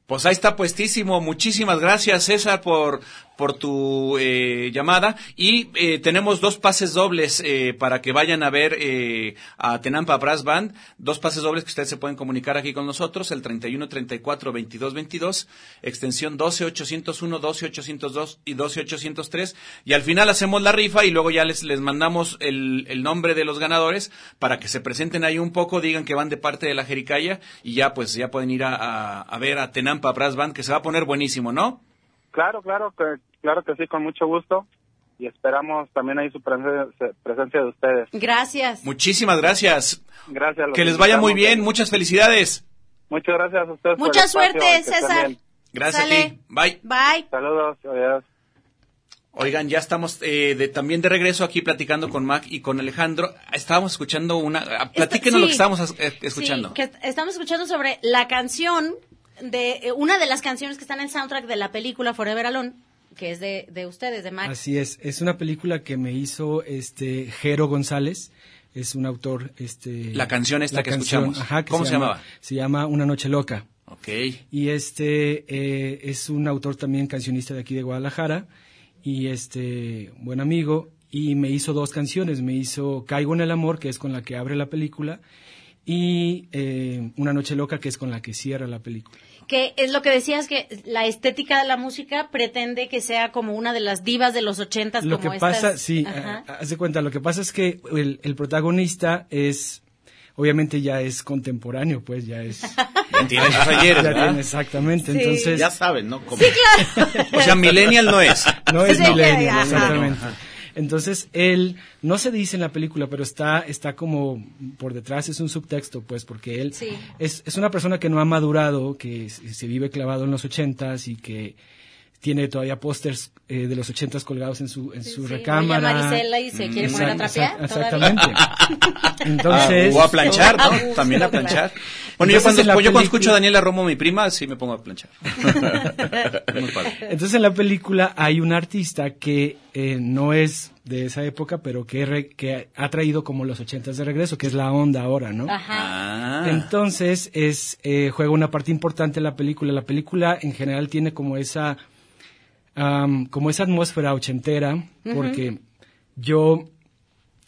Speaker 2: Pues ahí está puestísimo. Muchísimas gracias, César, por, por tu eh, llamada. Y eh, tenemos dos pases dobles eh, para que vayan a ver eh, a Tenampa Brass Band. Dos pases dobles que ustedes se pueden comunicar aquí con nosotros, el 31 34 22 22, extensión 12 801, 12 802 y 12 803. Y al final hacemos la rifa y luego ya les, les mandamos el, el nombre de los ganadores para que se presenten ahí un poco, digan que van de parte de la Jericaya y ya pues ya pueden ir a, a- a ver a Tenampa Brass Band que se va a poner buenísimo, ¿no?
Speaker 10: Claro, claro, que, claro que sí, con mucho gusto y esperamos también ahí su presen- presencia de ustedes.
Speaker 3: Gracias.
Speaker 2: Muchísimas gracias.
Speaker 10: Gracias. los
Speaker 2: Que les vaya muy
Speaker 10: invitamos.
Speaker 2: bien. Muchas felicidades.
Speaker 10: Muchas gracias a ustedes. por
Speaker 3: Mucha
Speaker 10: el espacio,
Speaker 3: suerte,
Speaker 10: que estén
Speaker 3: César.
Speaker 10: bien.
Speaker 2: Gracias a ti.
Speaker 3: Sale.
Speaker 2: Bye.
Speaker 3: Bye.
Speaker 10: Saludos, adiós.
Speaker 2: Oigan, ya estamos eh, de- también de regreso aquí platicando con Mac y con Alejandro. Estábamos escuchando una... ah, Platíquenos
Speaker 3: sí.
Speaker 2: lo que estábamos as- eh, escuchando.
Speaker 3: Sí, que est- estamos escuchando sobre la canción de eh, una de las canciones que está en el soundtrack de la película Forever Alone, que es de, de ustedes, de Max.
Speaker 5: Así es, es una película que me hizo este Jero González, es un autor este
Speaker 2: La canción esta que escuchamos.
Speaker 5: ajá, que
Speaker 2: ¿Cómo se
Speaker 5: llama-
Speaker 2: llamaba?
Speaker 5: Se llama Una noche loca.
Speaker 2: Ok.
Speaker 5: Y este eh, es un autor también cancionista de aquí de Guadalajara y este buen amigo y me hizo dos canciones, me hizo Caigo en el amor que es con la que abre la película y eh, Una noche loca que es con la que cierra la película.
Speaker 3: Que es lo que decías, que la estética de la música pretende que sea como una de las divas de los ochentas,
Speaker 5: Lo
Speaker 3: como
Speaker 5: que pasa,
Speaker 3: estas.
Speaker 5: sí,
Speaker 3: Ajá.
Speaker 5: ah, haz de cuenta, lo que pasa es que el, el protagonista es, obviamente ya es contemporáneo, pues ya es...
Speaker 2: Tiene sus ayeres,
Speaker 5: Ya
Speaker 2: ¿verdad?
Speaker 5: tiene, exactamente,
Speaker 2: Sí.
Speaker 5: entonces...
Speaker 2: Ya
Speaker 6: saben, ¿no? Como-
Speaker 2: O sea, millennial no es.
Speaker 5: No es
Speaker 2: Sí, sí,
Speaker 5: millennial,
Speaker 2: ajá.
Speaker 5: exactamente.
Speaker 2: Ajá.
Speaker 5: Entonces, él, no se dice en la película, pero está, está como por detrás, es un subtexto, pues, porque él
Speaker 11: Sí.
Speaker 5: es, es una persona que no ha madurado, que se se vive clavado en los ochentas y que tiene todavía pósters eh, de los ochentas colgados en su, en su
Speaker 3: sí,
Speaker 5: recámara.
Speaker 3: oye, Marisela y se quiere poner a trapear
Speaker 5: Exactamente.
Speaker 2: Ah,
Speaker 5: Entonces.
Speaker 2: o a planchar, ¿no? También a planchar. Bueno, yo
Speaker 5: Entonces,
Speaker 2: cuando,
Speaker 5: en la
Speaker 2: yo cuando escucho a
Speaker 5: película-
Speaker 2: Daniela Romo, mi prima, sí me pongo a planchar. Muy padre.
Speaker 5: Entonces en la película hay un artista que eh, no es de esa época, pero que, re- que ha traído como los ochentas de regreso, que es la onda ahora, ¿no?
Speaker 2: Ah,
Speaker 5: Entonces es eh, juega una parte importante en la película. La película en general tiene como esa am, como esa atmósfera ochentera,
Speaker 11: Ujú.
Speaker 5: porque yo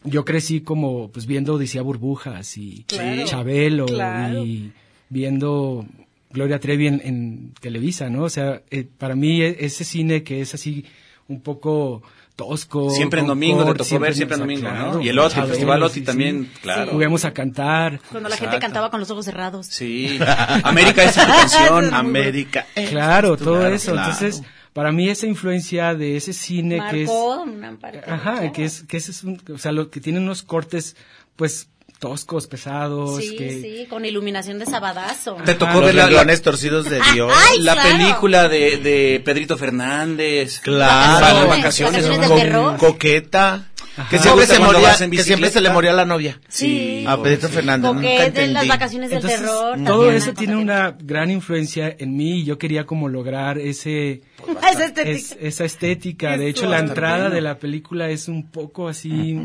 Speaker 5: yo crecí como pues viendo Odisea Burbujas y
Speaker 11: Claro.
Speaker 5: Chabelo
Speaker 11: Claro.
Speaker 5: y viendo Gloria Trevi en, en Televisa, ¿no? O sea, eh, para mí e- ese cine que es así un poco tosco.
Speaker 2: Siempre en
Speaker 5: con
Speaker 2: domingo, te
Speaker 5: cor,
Speaker 2: tocó ver siempre en
Speaker 5: o sea,
Speaker 2: domingo, ¿no?
Speaker 5: claro,
Speaker 2: Y el Oti,
Speaker 5: Chabelo,
Speaker 2: Festival Oti
Speaker 5: sí, sí.
Speaker 2: también, claro.
Speaker 5: Juguemos a cantar.
Speaker 3: Cuando la gente cantaba con los ojos cerrados.
Speaker 2: Sí. América es tu canción.
Speaker 3: Eso es muy
Speaker 6: América.
Speaker 5: Claro, todo
Speaker 2: Claro,
Speaker 5: eso.
Speaker 2: claro.
Speaker 5: Entonces, para mí esa influencia de ese cine que es...
Speaker 3: Marcó una parte.
Speaker 5: Ajá, que es, que ese es un, o sea, lo que tienen unos cortes, pues, toscos, pesados,
Speaker 3: Sí,
Speaker 5: que...
Speaker 3: sí, con iluminación de sabadazo.
Speaker 2: Te tocó
Speaker 6: Los
Speaker 2: ver la-
Speaker 6: renglones torcidos de Dios.
Speaker 3: Ah, Ay,
Speaker 2: la
Speaker 3: claro.
Speaker 2: película de, de Pedrito Fernández.
Speaker 6: Claro.
Speaker 2: Sala de
Speaker 6: Vacaciones
Speaker 2: vacaciones.
Speaker 6: del Co- terror. coqueta. Que siempre, se
Speaker 2: Cuando
Speaker 6: moría,
Speaker 2: vas en
Speaker 6: que siempre
Speaker 2: bicicleta.
Speaker 6: se le moría la novia.
Speaker 3: Sí.
Speaker 5: Ah,
Speaker 6: A Pedrito Fernández.
Speaker 3: Porque
Speaker 6: nunca
Speaker 3: es de las
Speaker 6: entendí.
Speaker 3: vacaciones del
Speaker 5: Entonces,
Speaker 3: terror.
Speaker 5: todo
Speaker 3: también,
Speaker 5: eso
Speaker 3: ¿no?
Speaker 5: tiene una gran influencia en mí y yo quería como lograr ese...
Speaker 3: Esa estética.
Speaker 5: es- esa estética. De
Speaker 3: Eso.
Speaker 5: hecho, la
Speaker 3: Bastante
Speaker 5: entrada
Speaker 3: bueno.
Speaker 5: de la película es un poco así,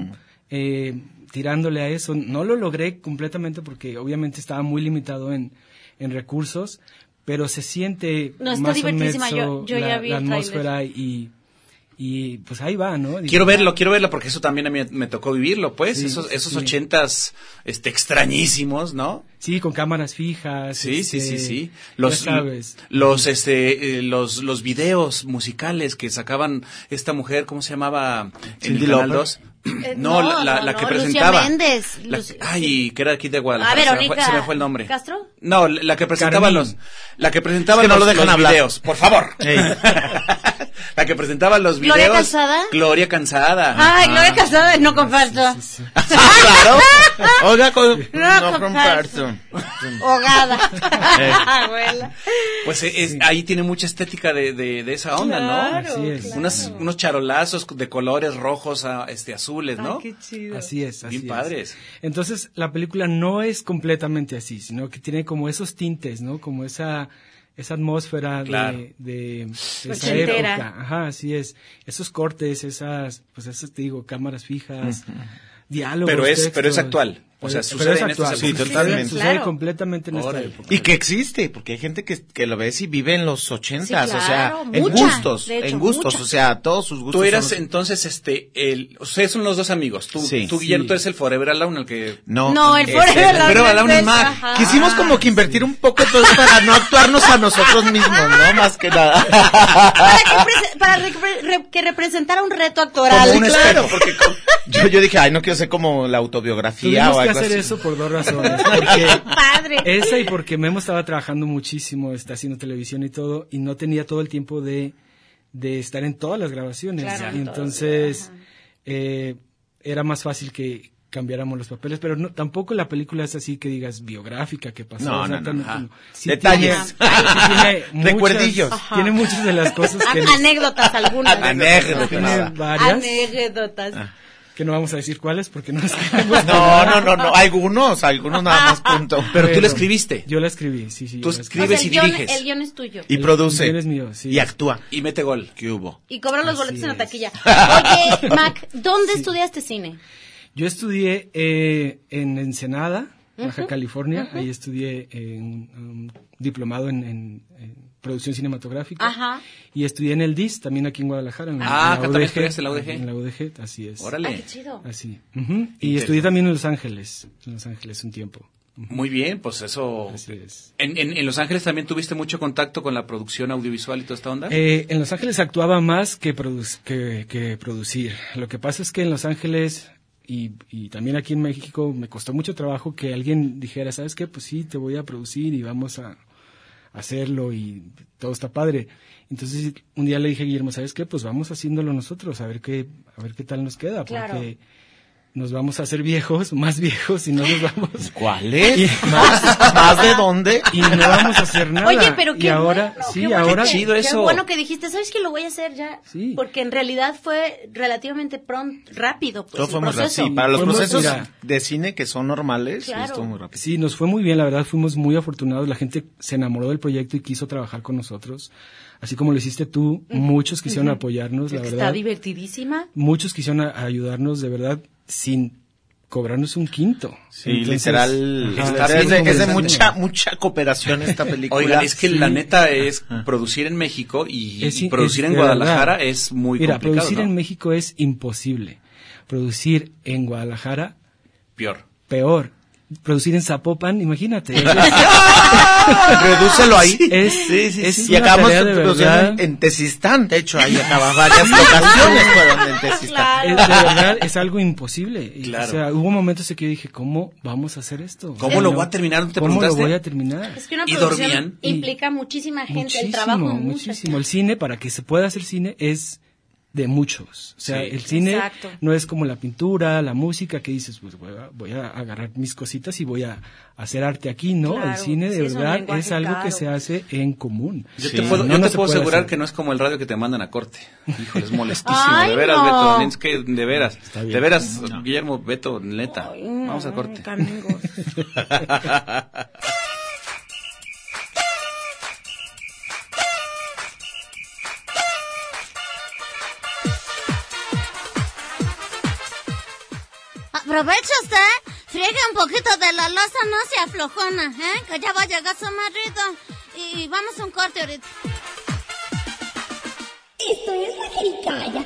Speaker 5: eh, tirándole a eso. No lo logré completamente porque obviamente estaba muy limitado en, en recursos, pero se siente
Speaker 3: No, está
Speaker 5: más
Speaker 3: divertísima. Yo-
Speaker 5: inmerso
Speaker 3: yo
Speaker 5: la,
Speaker 3: ya vi
Speaker 5: la
Speaker 3: el tráiler.
Speaker 5: atmósfera y, Y pues ahí va, ¿no? Digo,
Speaker 2: Quiero verlo, quiero verlo, porque eso también a mí me tocó vivirlo, pues,
Speaker 5: Sí,
Speaker 2: esos,
Speaker 5: sí,
Speaker 2: esos
Speaker 5: sí.
Speaker 2: ochentas este, extrañísimos, ¿no?
Speaker 5: Sí, con cámaras fijas.
Speaker 2: Sí, sí, sí,
Speaker 5: este,
Speaker 2: sí.
Speaker 5: ya
Speaker 2: Los,
Speaker 5: sabes.
Speaker 2: los, este, eh, los, los videos musicales que sacaban esta mujer, ¿cómo se llamaba? En
Speaker 6: Cyndi
Speaker 2: el Canal
Speaker 6: Lauper.
Speaker 2: 2.
Speaker 3: Eh,
Speaker 2: no, la, la- la que presentaba.
Speaker 3: Lucía Méndez.
Speaker 2: La-
Speaker 3: Luci-
Speaker 2: ay, que era aquí de Guadalajara.
Speaker 3: a
Speaker 2: se me fue-
Speaker 3: Verónica.
Speaker 2: Se me fue el nombre.
Speaker 3: ¿Castro?
Speaker 2: No, la la que presentaba
Speaker 6: Carmín.
Speaker 2: los, la que presentaba
Speaker 6: Es que no
Speaker 2: los,
Speaker 6: lo dejan
Speaker 2: los
Speaker 6: hablar.
Speaker 2: videos, por favor. la que presentaba los videos.
Speaker 3: ¿Gloria Calzada?
Speaker 2: Gloria Cansada. Ah.
Speaker 3: Ay, Gloria Casada, no comparto.
Speaker 6: claro. Oiga, con-
Speaker 3: No comparto.
Speaker 6: no comparto.
Speaker 3: Ahogada.
Speaker 2: Eh.
Speaker 3: Abuela.
Speaker 2: Pues eh, es- ahí tiene mucha estética de, de, de esa onda,
Speaker 5: Claro,
Speaker 2: ¿no?
Speaker 5: Así es. claro.
Speaker 2: Unas- unos charolazos de colores rojos a este azules, ¿no?
Speaker 5: Así es, así
Speaker 2: Bien
Speaker 5: es.
Speaker 2: padres.
Speaker 5: Entonces, la película no es completamente así, sino que tiene como esos tintes, ¿no? Como esa esa atmósfera de-
Speaker 2: Claro.
Speaker 5: de, de esa
Speaker 3: Ochentera.
Speaker 5: época. Ajá, así es. Esos cortes, esas, pues esas, te digo, cámaras fijas, diálogos.
Speaker 2: Pero es-
Speaker 5: textos.
Speaker 2: pero es actual. O sea,
Speaker 5: Pero-
Speaker 2: sucede en
Speaker 5: pero es
Speaker 2: estas épocas.
Speaker 5: actual.
Speaker 6: Sí, totalmente.
Speaker 5: Sucede
Speaker 6: Claro.
Speaker 5: completamente en este
Speaker 2: Órale. pues,
Speaker 5: esta época.
Speaker 6: Y que existe, porque hay gente que, que lo ves y vive en los ochentas,
Speaker 3: Sí,
Speaker 6: o sea,
Speaker 3: claro,
Speaker 6: en
Speaker 3: mucha,
Speaker 6: gustos,
Speaker 3: de hecho,
Speaker 6: en gustos,
Speaker 3: mucha.
Speaker 6: o sea, todos sus gustos.
Speaker 2: Tú eras
Speaker 6: son los-
Speaker 2: entonces este el ustedes son los dos amigos. Tú,
Speaker 6: Sí.
Speaker 2: tú Guillermo,
Speaker 6: Sí.
Speaker 2: tú eres el Forever Alone el que
Speaker 6: No,
Speaker 3: No, el
Speaker 6: eh,
Speaker 3: Forever
Speaker 2: Alone
Speaker 6: Forever
Speaker 2: es
Speaker 6: Alone es
Speaker 2: eso,
Speaker 6: más.
Speaker 2: ajá.
Speaker 6: Quisimos como que invertir un poco entonces para no actuarnos a nosotros mismos, ¿no? Más que nada.
Speaker 3: Para, que, prese- para repre- re- que representara un reto actoral.
Speaker 6: Como un espejo, porque co- yo, yo dije, ay, no quiero ser como la
Speaker 2: ah,
Speaker 6: autobiografía
Speaker 5: Tuvimos
Speaker 6: o
Speaker 5: que
Speaker 6: algo
Speaker 5: hacer
Speaker 6: así.
Speaker 5: eso por dos razones. Porque
Speaker 3: Padre.
Speaker 5: esa y porque Memo estaba trabajando muchísimo, está haciendo televisión y todo, y no tenía todo el tiempo de, de estar en todas las grabaciones.
Speaker 3: Claro,
Speaker 5: y
Speaker 3: en
Speaker 5: entonces eh, era más fácil que cambiáramos los papeles, pero no- tampoco la película es así que digas biográfica, que pasó.
Speaker 6: No, no, no,
Speaker 5: exactamente,
Speaker 6: ajá.
Speaker 5: Sí
Speaker 6: Detalles.
Speaker 5: tiene- sí tiene muchas-
Speaker 6: Recuerdillos.
Speaker 3: Ajá.
Speaker 5: Tiene muchas de las cosas que...
Speaker 3: A- Ah, anécdotas algunas.
Speaker 6: Anécdotas.
Speaker 5: Tiene
Speaker 6: nada.
Speaker 5: varias
Speaker 3: Anécdotas.
Speaker 5: que no vamos a decir cuáles porque no nos
Speaker 6: No, no, no, no. Algunos, algunos nada más, punto.
Speaker 2: Pero tú
Speaker 5: Pero-
Speaker 2: lo escribiste
Speaker 5: Yo la escribí, sí, sí.
Speaker 2: Tú
Speaker 5: yo la escribí.
Speaker 3: O sea,
Speaker 2: escribes
Speaker 3: el,
Speaker 2: y
Speaker 3: guión,
Speaker 2: diriges.
Speaker 3: el guión es tuyo.
Speaker 6: Y
Speaker 5: El-
Speaker 6: produce.
Speaker 5: el es mío, sí.
Speaker 6: Y actúa.
Speaker 2: y mete gol.
Speaker 6: ¿Qué hubo?
Speaker 3: Y cobran los boletos en
Speaker 5: Así
Speaker 3: la
Speaker 5: es.
Speaker 3: taquilla. Oye, Mac, ¿dónde estudiaste cine?
Speaker 5: Yo estudié eh, en Ensenada, Baja California. Ahí estudié eh, un, un diplomado en, en- en producción cinematográfica.
Speaker 3: Ajá.
Speaker 5: Y estudié en el DIS, también aquí en Guadalajara. En, la-
Speaker 2: Ah,
Speaker 5: en
Speaker 2: acá también estudiaste en la UDG.
Speaker 5: En la UDG, así es.
Speaker 2: Órale.
Speaker 3: Ah, qué chido.
Speaker 5: Así. ujú. Y estudié también en Los Ángeles. En Los Ángeles un tiempo.
Speaker 2: Muy bien, pues eso.
Speaker 5: Así es.
Speaker 2: En, en, en Los Ángeles también tuviste mucho contacto con la producción audiovisual y toda esta onda.
Speaker 5: Eh, en Los Ángeles actuaba más que, produc- que, que producir. Lo que pasa es que en Los Ángeles y, y también aquí en México me costó mucho trabajo que alguien dijera, ¿sabes qué? Pues sí, te voy a producir y vamos a hacerlo y todo está padre. Entonces un día le dije a Guillermo, ¿sabes qué? Pues vamos haciéndolo nosotros, a ver qué, a ver qué tal nos queda,
Speaker 3: Claro.
Speaker 5: porque nos vamos a hacer viejos, más viejos y no nos vamos...
Speaker 6: ¿Cuál es?
Speaker 5: Y-
Speaker 6: ¿Más, más de dónde?
Speaker 5: Y no vamos a hacer nada.
Speaker 3: Oye, pero qué
Speaker 5: y ahora,
Speaker 3: bueno,
Speaker 5: sí,
Speaker 3: qué bueno
Speaker 5: ahora
Speaker 3: que-
Speaker 2: Chido
Speaker 3: qué
Speaker 2: eso.
Speaker 3: bueno que dijiste, ¿sabes que lo voy a hacer ya?
Speaker 5: Sí.
Speaker 3: Porque en realidad fue relativamente pronto, rápido, pues,
Speaker 6: Todo
Speaker 3: el
Speaker 6: fue muy rápido.
Speaker 3: proceso.
Speaker 6: Sí, para los
Speaker 5: Fue muy-
Speaker 6: procesos
Speaker 5: mira.
Speaker 6: de cine que son normales,
Speaker 3: Claro.
Speaker 6: estuvo muy rápido.
Speaker 5: Sí, nos fue muy bien, la verdad, fuimos muy afortunados. La gente se enamoró del proyecto y quiso trabajar con nosotros. Así como lo hiciste tú, muchos quisieron apoyarnos, la
Speaker 3: Pues, Está
Speaker 5: verdad.
Speaker 3: divertidísima.
Speaker 5: Muchos quisieron a- ayudarnos, de verdad, sin cobrarnos un quinto.
Speaker 6: Sí,
Speaker 5: Entonces,
Speaker 6: literal.
Speaker 5: ajá,
Speaker 6: está-
Speaker 5: sí,
Speaker 6: es, de, es de
Speaker 5: como-
Speaker 6: mucha, mucha cooperación esta película.
Speaker 2: Oigan, es que
Speaker 5: sí.
Speaker 2: la neta es producir en México y,
Speaker 5: Es-
Speaker 2: y producir
Speaker 5: es
Speaker 2: en
Speaker 5: de verdad.
Speaker 2: Guadalajara es muy
Speaker 5: Mira,
Speaker 2: complicado.
Speaker 5: producir
Speaker 2: ¿no?
Speaker 5: en México es imposible. Producir en Guadalajara,
Speaker 2: Peor.
Speaker 5: peor. Producir en Zapopan, imagínate.
Speaker 6: Redúcelo ahí.
Speaker 5: Es-
Speaker 2: Sí, sí,
Speaker 5: es
Speaker 2: sí.
Speaker 6: y
Speaker 5: una
Speaker 6: acabamos
Speaker 5: tarea
Speaker 6: de
Speaker 5: de
Speaker 6: producir
Speaker 5: verdad.
Speaker 6: en, en Tesistán. De hecho, ahí acaba varias ocasiones fueron en Tesistán.
Speaker 5: Es, de verdad, es algo imposible. Y,
Speaker 2: Claro.
Speaker 5: O sea, hubo momentos en que yo dije, ¿cómo vamos a hacer esto?
Speaker 2: ¿Cómo lo voy a terminar? ¿No te
Speaker 5: ¿Cómo lo
Speaker 2: preguntaste?
Speaker 5: voy a terminar?
Speaker 3: Es que una
Speaker 2: ¿Y
Speaker 3: producción
Speaker 2: dormían?
Speaker 3: implica muchísima gente, el
Speaker 5: Muchísimo,
Speaker 3: trabajo de muchas
Speaker 5: muchísimo. El cine, para que se pueda hacer cine, es de muchos. O sea,
Speaker 2: Sí.
Speaker 5: el cine
Speaker 3: Exacto.
Speaker 5: no es como la pintura, la música, que dices, pues voy a, voy a agarrar mis cositas y voy a hacer arte aquí. No,
Speaker 3: Claro,
Speaker 5: el cine de
Speaker 3: sí, es un
Speaker 5: verdad
Speaker 3: lenguaje
Speaker 5: es algo que
Speaker 3: caro.
Speaker 5: se hace en común.
Speaker 2: Yo
Speaker 6: Sí.
Speaker 2: te puedo,
Speaker 5: No,
Speaker 2: yo
Speaker 5: no
Speaker 2: te
Speaker 5: se
Speaker 2: puedo
Speaker 5: puede
Speaker 2: asegurar
Speaker 5: hacer.
Speaker 2: que no es como el radio que te mandan a corte. Híjole, es molestísimo.
Speaker 3: Ay,
Speaker 2: de veras,
Speaker 3: no.
Speaker 2: Beto. Es que, de veras.
Speaker 5: bien.
Speaker 2: De veras, Guillermo, Beto, neta.
Speaker 3: Ay, no,
Speaker 2: Vamos a corte.
Speaker 3: amigos.
Speaker 7: Aprovecha usted, friegue un poquito de la loza, no se aflojona, ¿eh? Que ya va a llegar su marido. Y, y vamos a un corte ahorita.
Speaker 11: Esto es la jericaya.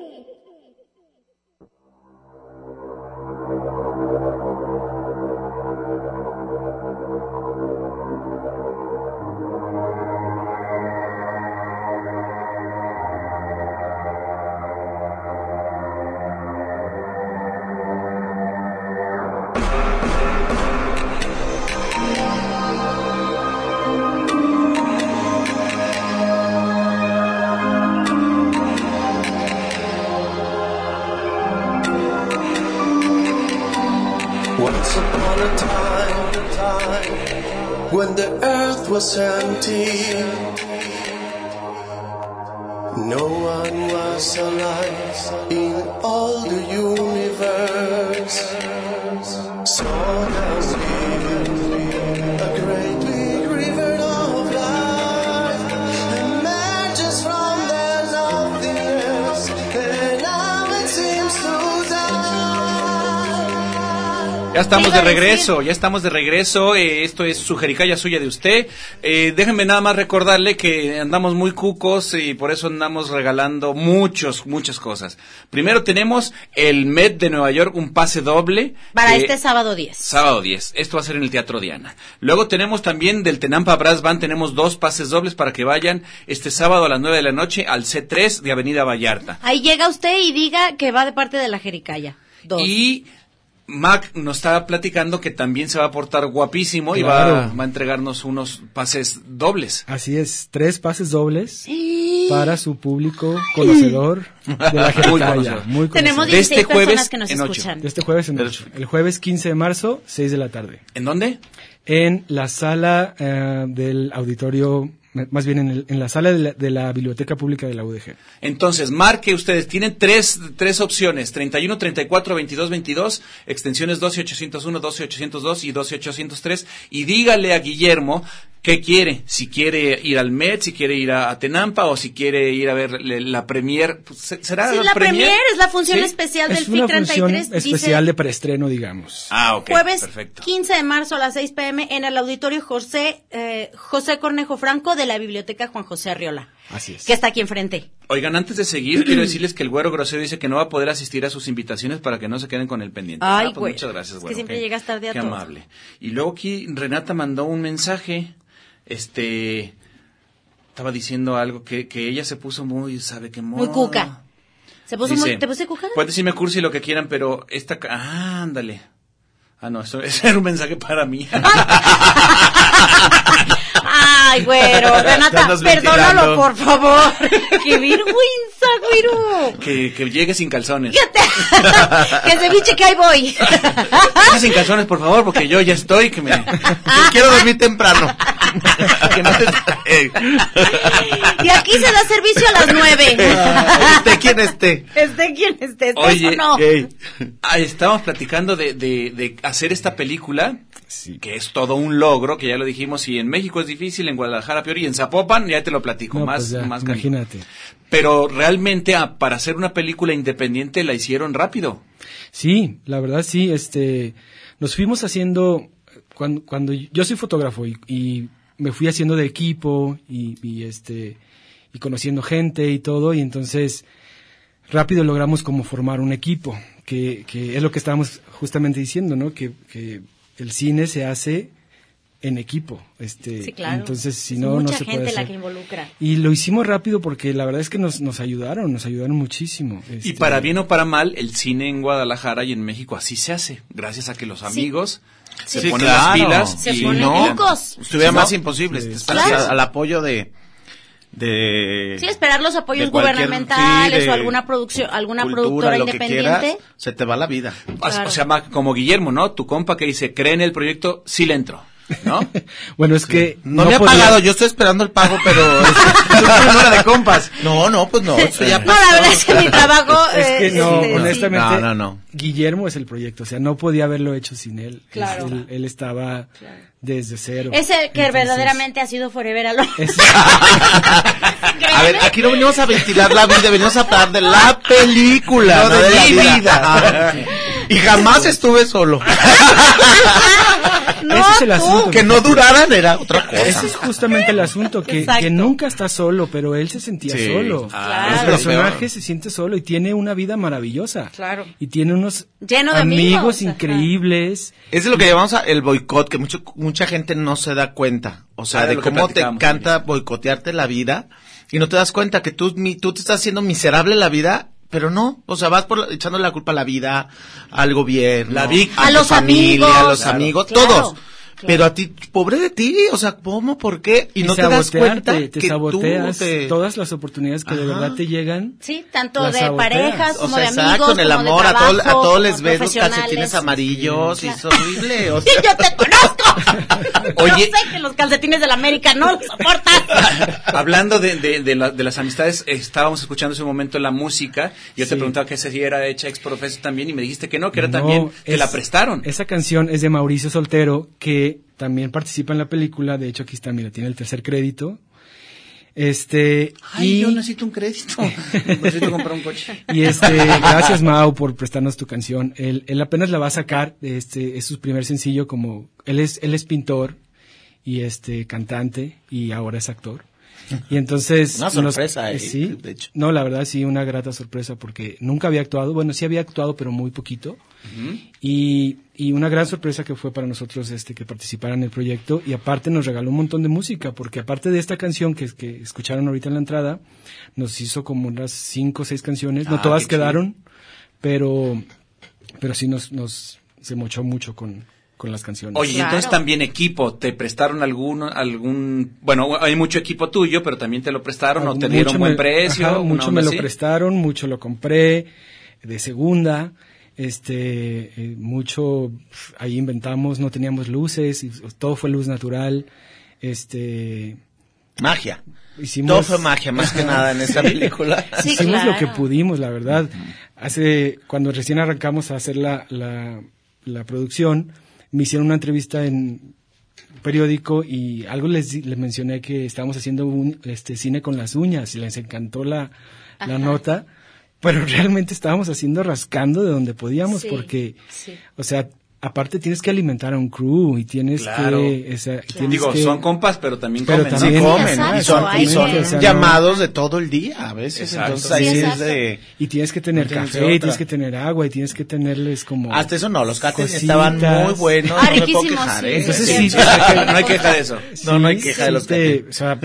Speaker 12: Once upon a time, when the earth was empty, no one was alive in all the universe. So now we a great big river of life emerges from the nothingness, and now it seems to die.
Speaker 2: Ya estamos
Speaker 12: Te iba
Speaker 2: de
Speaker 12: a
Speaker 2: regreso, ya estamos de regreso. eh, esto es su jericaya suya de usted. Eh, déjenme nada más recordarle que andamos muy cucos y por eso andamos regalando muchos, muchas cosas. Primero tenemos el Met de Nueva York, un pase doble.
Speaker 3: Para
Speaker 2: eh,
Speaker 3: este sábado 10.
Speaker 2: Sábado 10. Esto va a ser en el Teatro Diana. Luego tenemos también del Tenampa Brass Band, tenemos dos pases dobles para que vayan este sábado a las 9 de la noche al C3 de Avenida Vallarta.
Speaker 3: Ahí llega usted y diga que va de parte de la jericaya.
Speaker 2: Y Mac nos estaba platicando que también se va a portar guapísimo y va,
Speaker 5: Claro.
Speaker 2: va a entregarnos unos pases dobles.
Speaker 5: Así es, tres pases dobles para su público conocedor de la
Speaker 2: Muy
Speaker 5: jericaya.
Speaker 2: conocedor.
Speaker 5: Muy
Speaker 3: Tenemos
Speaker 5: conocedor.
Speaker 3: 16 De este personas jueves que nos en ocho. escuchan.
Speaker 5: De este jueves en ocho. El jueves 15 de marzo, 6 de la tarde.
Speaker 2: ¿En dónde?
Speaker 5: En la sala eh, del auditorio, más bien en, el- en la sala de la, de la Biblioteca Pública de la UDG.
Speaker 2: Entonces, marque ustedes, tienen tres, tres opciones, 31, 34, 22, 22, extensiones 12801, 12802 y 12803, y dígale a Guillermo qué quiere, si quiere ir al Met, si quiere ir a, a Tenampa o si quiere ir a ver le- la Premier, pues, ¿se- ¿será
Speaker 3: Sí, la Premier, es la función especial del
Speaker 5: es una
Speaker 3: FIC 33.
Speaker 5: función
Speaker 3: dice
Speaker 5: especial de preestreno, digamos.
Speaker 2: Ah, ok.
Speaker 3: Jueves
Speaker 2: Perfecto.
Speaker 3: 15 de marzo a las 6 pm en el auditorio José eh, José Cornejo Franco de la Biblioteca Juan José Arriola,
Speaker 2: Así es.
Speaker 3: que está aquí enfrente.
Speaker 2: Oigan, antes de seguir, quiero decirles que el güero grosero dice que no va a poder asistir a sus invitaciones para que no se queden con el pendiente.
Speaker 3: Ay,
Speaker 2: pues
Speaker 3: güero.
Speaker 2: Muchas gracias,
Speaker 3: Es que
Speaker 2: güero.
Speaker 3: siempre
Speaker 2: ok.
Speaker 3: llegas tarde a
Speaker 2: Qué
Speaker 3: todo.
Speaker 2: amable. Y luego aquí Renata mandó un mensaje, este, estaba diciendo algo que, que ella se puso muy, ¿sabe qué
Speaker 3: Muy
Speaker 2: moda?
Speaker 3: cuca. ¿Se puso
Speaker 2: Dice, pues,
Speaker 3: muy, ¿Te puse cuca?
Speaker 2: Pueden decirme cursi lo que quieran, pero esta... ca- Ah, ándale. Ah, no, eso, ese era un mensaje para mí.
Speaker 3: Ay, güero,
Speaker 2: Te
Speaker 3: Renata,
Speaker 2: andas
Speaker 3: perdónalo,
Speaker 2: ventilando.
Speaker 3: por favor. ¡Qué vergüenza, güero!
Speaker 2: que, que llegue sin calzones.
Speaker 3: Que se biche que ahí voy.
Speaker 2: Deja sin calzones, por favor, porque yo ya estoy que me... quiero dormir temprano. que no te...
Speaker 3: Y aquí se da servicio a las 9.
Speaker 2: ¿Este quién esté?
Speaker 3: Este quién esté, estés o
Speaker 2: Oye,
Speaker 3: no.
Speaker 2: ah, estábamos platicando de, de- de hacer esta película, que es todo un logro, que ya lo dijimos, y en México es difícil, en Guadalajara peor, y en Zapopan, ya te lo platico,
Speaker 5: No,
Speaker 2: más,
Speaker 5: pues ya,
Speaker 2: más cariño.
Speaker 5: imagínate.
Speaker 2: Pero realmente ah, para hacer una película independiente la hicieron rápido.
Speaker 5: Sí, la verdad sí, este, nos fuimos haciendo, cuando, cuando yo soy fotógrafo y, y me fui haciendo de equipo y, y, este, y conociendo gente y todo, y entonces rápido logramos como formar un equipo, que, que es lo que estábamos justamente diciendo, ¿no? Que, que el cine se hace en equipo, este,
Speaker 3: Sí, claro.
Speaker 5: entonces si
Speaker 3: Es
Speaker 5: no, no
Speaker 3: mucha
Speaker 5: se puede
Speaker 3: gente la
Speaker 5: hacer.
Speaker 3: que involucra.
Speaker 5: Y lo hicimos rápido porque la verdad es que nos, nos ayudaron, nos ayudaron muchísimo.
Speaker 2: Y
Speaker 5: este,
Speaker 2: para bien o para mal, el cine en Guadalajara y en México así se hace, gracias a que los amigos se
Speaker 6: Sí,
Speaker 2: ponen
Speaker 6: claro.
Speaker 2: las pilas.
Speaker 6: Se
Speaker 2: y-
Speaker 6: ponen
Speaker 2: no,
Speaker 3: locos.
Speaker 6: Estuviera
Speaker 2: Sí,
Speaker 6: más
Speaker 2: ¿no?
Speaker 6: imposible.
Speaker 2: Sí,
Speaker 6: estás
Speaker 3: Claro.
Speaker 6: a- al apoyo de... de
Speaker 3: Sí, esperar los apoyos
Speaker 6: de cualquier-
Speaker 3: gubernamentales
Speaker 6: sí, de
Speaker 3: o alguna producción, alguna
Speaker 6: cultura,
Speaker 3: productora
Speaker 6: lo que quiera,
Speaker 3: independiente.
Speaker 6: se te va la vida.
Speaker 2: O sea, ma- como Guillermo, ¿no? Tu compa que dice, cree en el proyecto, sí le entro. ¿no?
Speaker 5: bueno, es que...
Speaker 6: No, me ha
Speaker 5: podía-
Speaker 6: pagado, yo estoy esperando el pago, pero es, es primera de compas. No, no, pues no, esto ya
Speaker 3: No, la verdad es que mi trabajo.
Speaker 5: Es que
Speaker 3: eh,
Speaker 5: no,
Speaker 3: este, sí.
Speaker 5: honestamente,
Speaker 6: No, no, no.
Speaker 5: Guillermo es el proyecto, o sea, no podía haberlo hecho sin él.
Speaker 3: Claro.
Speaker 5: Es- él, él estaba desde cero.
Speaker 3: Es el que
Speaker 5: Entonces,
Speaker 3: verdaderamente ha sido Forever Alone.
Speaker 5: es-
Speaker 6: A ver, aquí no venimos a ventilar la vida, venimos a hablar de la película, no, de, mi vida. Ah, Y jamás estuve solo.
Speaker 5: ese es el asunto.
Speaker 6: Que no duraran era otra cosa.
Speaker 5: Ese es justamente el asunto, que,
Speaker 6: Exacto.
Speaker 5: que nunca está solo, pero él se sentía
Speaker 6: Sí,
Speaker 2: Ah,
Speaker 6: ah,
Speaker 5: solo.
Speaker 6: claro.
Speaker 5: El
Speaker 6: Claro.
Speaker 5: personaje se siente solo y tiene una vida maravillosa.
Speaker 3: Claro.
Speaker 5: Y tiene unos
Speaker 3: Lleno de
Speaker 5: amigos,
Speaker 3: amigos, ajá.
Speaker 5: increíbles.
Speaker 6: Es de lo que llamamos a- el boicot, que mucho, mucha gente no se da cuenta. O sea,
Speaker 2: Ah, de
Speaker 6: de
Speaker 2: lo que
Speaker 6: cómo te
Speaker 2: platicamos
Speaker 6: encanta boicotearte la vida y no te das cuenta que tú, mi- tú te estás haciendo miserable la vida, pero no. O sea, vas por, la- echándole la culpa a la vida, al gobierno,
Speaker 2: La víctima. A
Speaker 6: a, tu
Speaker 2: los
Speaker 6: familia,
Speaker 2: amigos.
Speaker 6: a los
Speaker 2: Claro.
Speaker 6: amigos,
Speaker 2: Claro,
Speaker 6: todos. Pero a ti, pobre de ti, o sea, ¿cómo? ¿Por qué? Y, no te das
Speaker 5: sabotearte,
Speaker 6: cuenta
Speaker 5: te
Speaker 6: que
Speaker 5: saboteas
Speaker 6: tú te...
Speaker 5: todas las oportunidades que de
Speaker 6: Ajá.
Speaker 5: verdad te llegan.
Speaker 3: Sí, tanto
Speaker 5: Las
Speaker 3: de
Speaker 5: saboteas.
Speaker 3: parejas
Speaker 6: O
Speaker 3: como
Speaker 6: sea,
Speaker 3: de amigos.
Speaker 6: exacto, en el
Speaker 3: como de
Speaker 6: amor, a todo- a
Speaker 3: trabajo,
Speaker 6: todos les
Speaker 3: como
Speaker 6: ves los
Speaker 3: profesionales.
Speaker 6: calcetines amarillos, y es horrible. O sea,
Speaker 3: Yo te conozco.
Speaker 2: Oye.
Speaker 3: Yo sé que los calcetines de la América no los soportas.
Speaker 2: Hablando de, de, de, la- de las amistades, estábamos escuchando hace un momento la música. Yo te preguntaba que si era hecha ex profeso también y me dijiste que no, que era
Speaker 5: No,
Speaker 2: también que
Speaker 5: es-
Speaker 2: la prestaron.
Speaker 5: Esa canción es de Mauricio Soltero, que también participa en la película. De hecho, aquí está, mira, tiene el tercer crédito. Este.
Speaker 2: Ay,
Speaker 5: y,
Speaker 2: yo necesito un crédito. Necesito comprar un coche.
Speaker 5: y este, gracias Mao por prestarnos tu canción. Él, él apenas la va a sacar, este, es su primer sencillo como, él es, él es pintor y este, cantante y ahora es actor. Y entonces...
Speaker 6: Una
Speaker 5: nos-
Speaker 6: sorpresa,
Speaker 5: eh,
Speaker 6: eh,
Speaker 5: sí,
Speaker 6: de hecho.
Speaker 5: No, la verdad sí, una grata sorpresa porque nunca había actuado, bueno, sí había actuado pero muy poquito. Y, y una gran sorpresa que fue para nosotros este que participara en el proyecto y aparte nos regaló un montón de música porque aparte de esta canción que, que escucharon ahorita en la entrada nos hizo como unas cinco o seis canciones no
Speaker 2: Ah,
Speaker 5: todas
Speaker 2: qué chido.
Speaker 5: quedaron pero pero sí nos nos se mochó mucho con, con las canciones
Speaker 2: Oye, y entonces también equipo, ¿te prestaron alguno, algún, bueno, hay mucho equipo tuyo, pero también te lo prestaron o te dieron
Speaker 5: Mucho
Speaker 2: buen
Speaker 5: me-
Speaker 2: precio?
Speaker 5: ajá,
Speaker 2: una
Speaker 5: mucho
Speaker 2: onda
Speaker 5: me lo
Speaker 2: así?
Speaker 5: prestaron mucho lo compré de segunda este eh, mucho pf, ahí inventamos no teníamos luces y todo fue luz natural este
Speaker 6: Magia.
Speaker 5: hicimos
Speaker 6: Todo fue magia, más que nada, en esta película.
Speaker 3: Sí,
Speaker 5: hicimos
Speaker 3: claro.
Speaker 5: lo que pudimos la verdad hace cuando recién arrancamos a hacer la, la, la producción me hicieron una entrevista en un periódico y algo les, di- les mencioné que estábamos haciendo un este cine con las uñas y les encantó la, la nota pero realmente estábamos haciendo rascando de donde podíamos
Speaker 13: Sí,
Speaker 5: porque
Speaker 13: sí.
Speaker 5: o sea aparte tienes que alimentar a un crew y tienes
Speaker 2: Claro.
Speaker 5: que o sea, tienes
Speaker 2: Digo,
Speaker 5: que-
Speaker 2: son compas, pero también
Speaker 5: Pero
Speaker 2: comen.
Speaker 5: también-
Speaker 2: Sí,
Speaker 6: comen,
Speaker 2: comen.
Speaker 6: ¿no? Y
Speaker 5: Exacto,
Speaker 6: son, y son
Speaker 5: hay que- o sea, no-
Speaker 6: llamados de todo el día a veces.
Speaker 2: Exacto.
Speaker 6: Entonces ahí
Speaker 2: Sí,
Speaker 6: es
Speaker 2: exacto.
Speaker 6: de-
Speaker 5: Y tienes que tener
Speaker 6: No tienes
Speaker 5: café, y
Speaker 6: otra.
Speaker 5: tienes que tener agua, y tienes que tenerles como.
Speaker 6: Hasta eso no, los cates
Speaker 5: cositas.
Speaker 6: estaban muy buenos. no me puedo quejar, ¿eh?
Speaker 5: Entonces
Speaker 6: Sí,
Speaker 5: sí,
Speaker 6: sí, no, no hay queja de eso. No, no hay
Speaker 5: sí,
Speaker 6: queja de los
Speaker 5: sí te- O sea,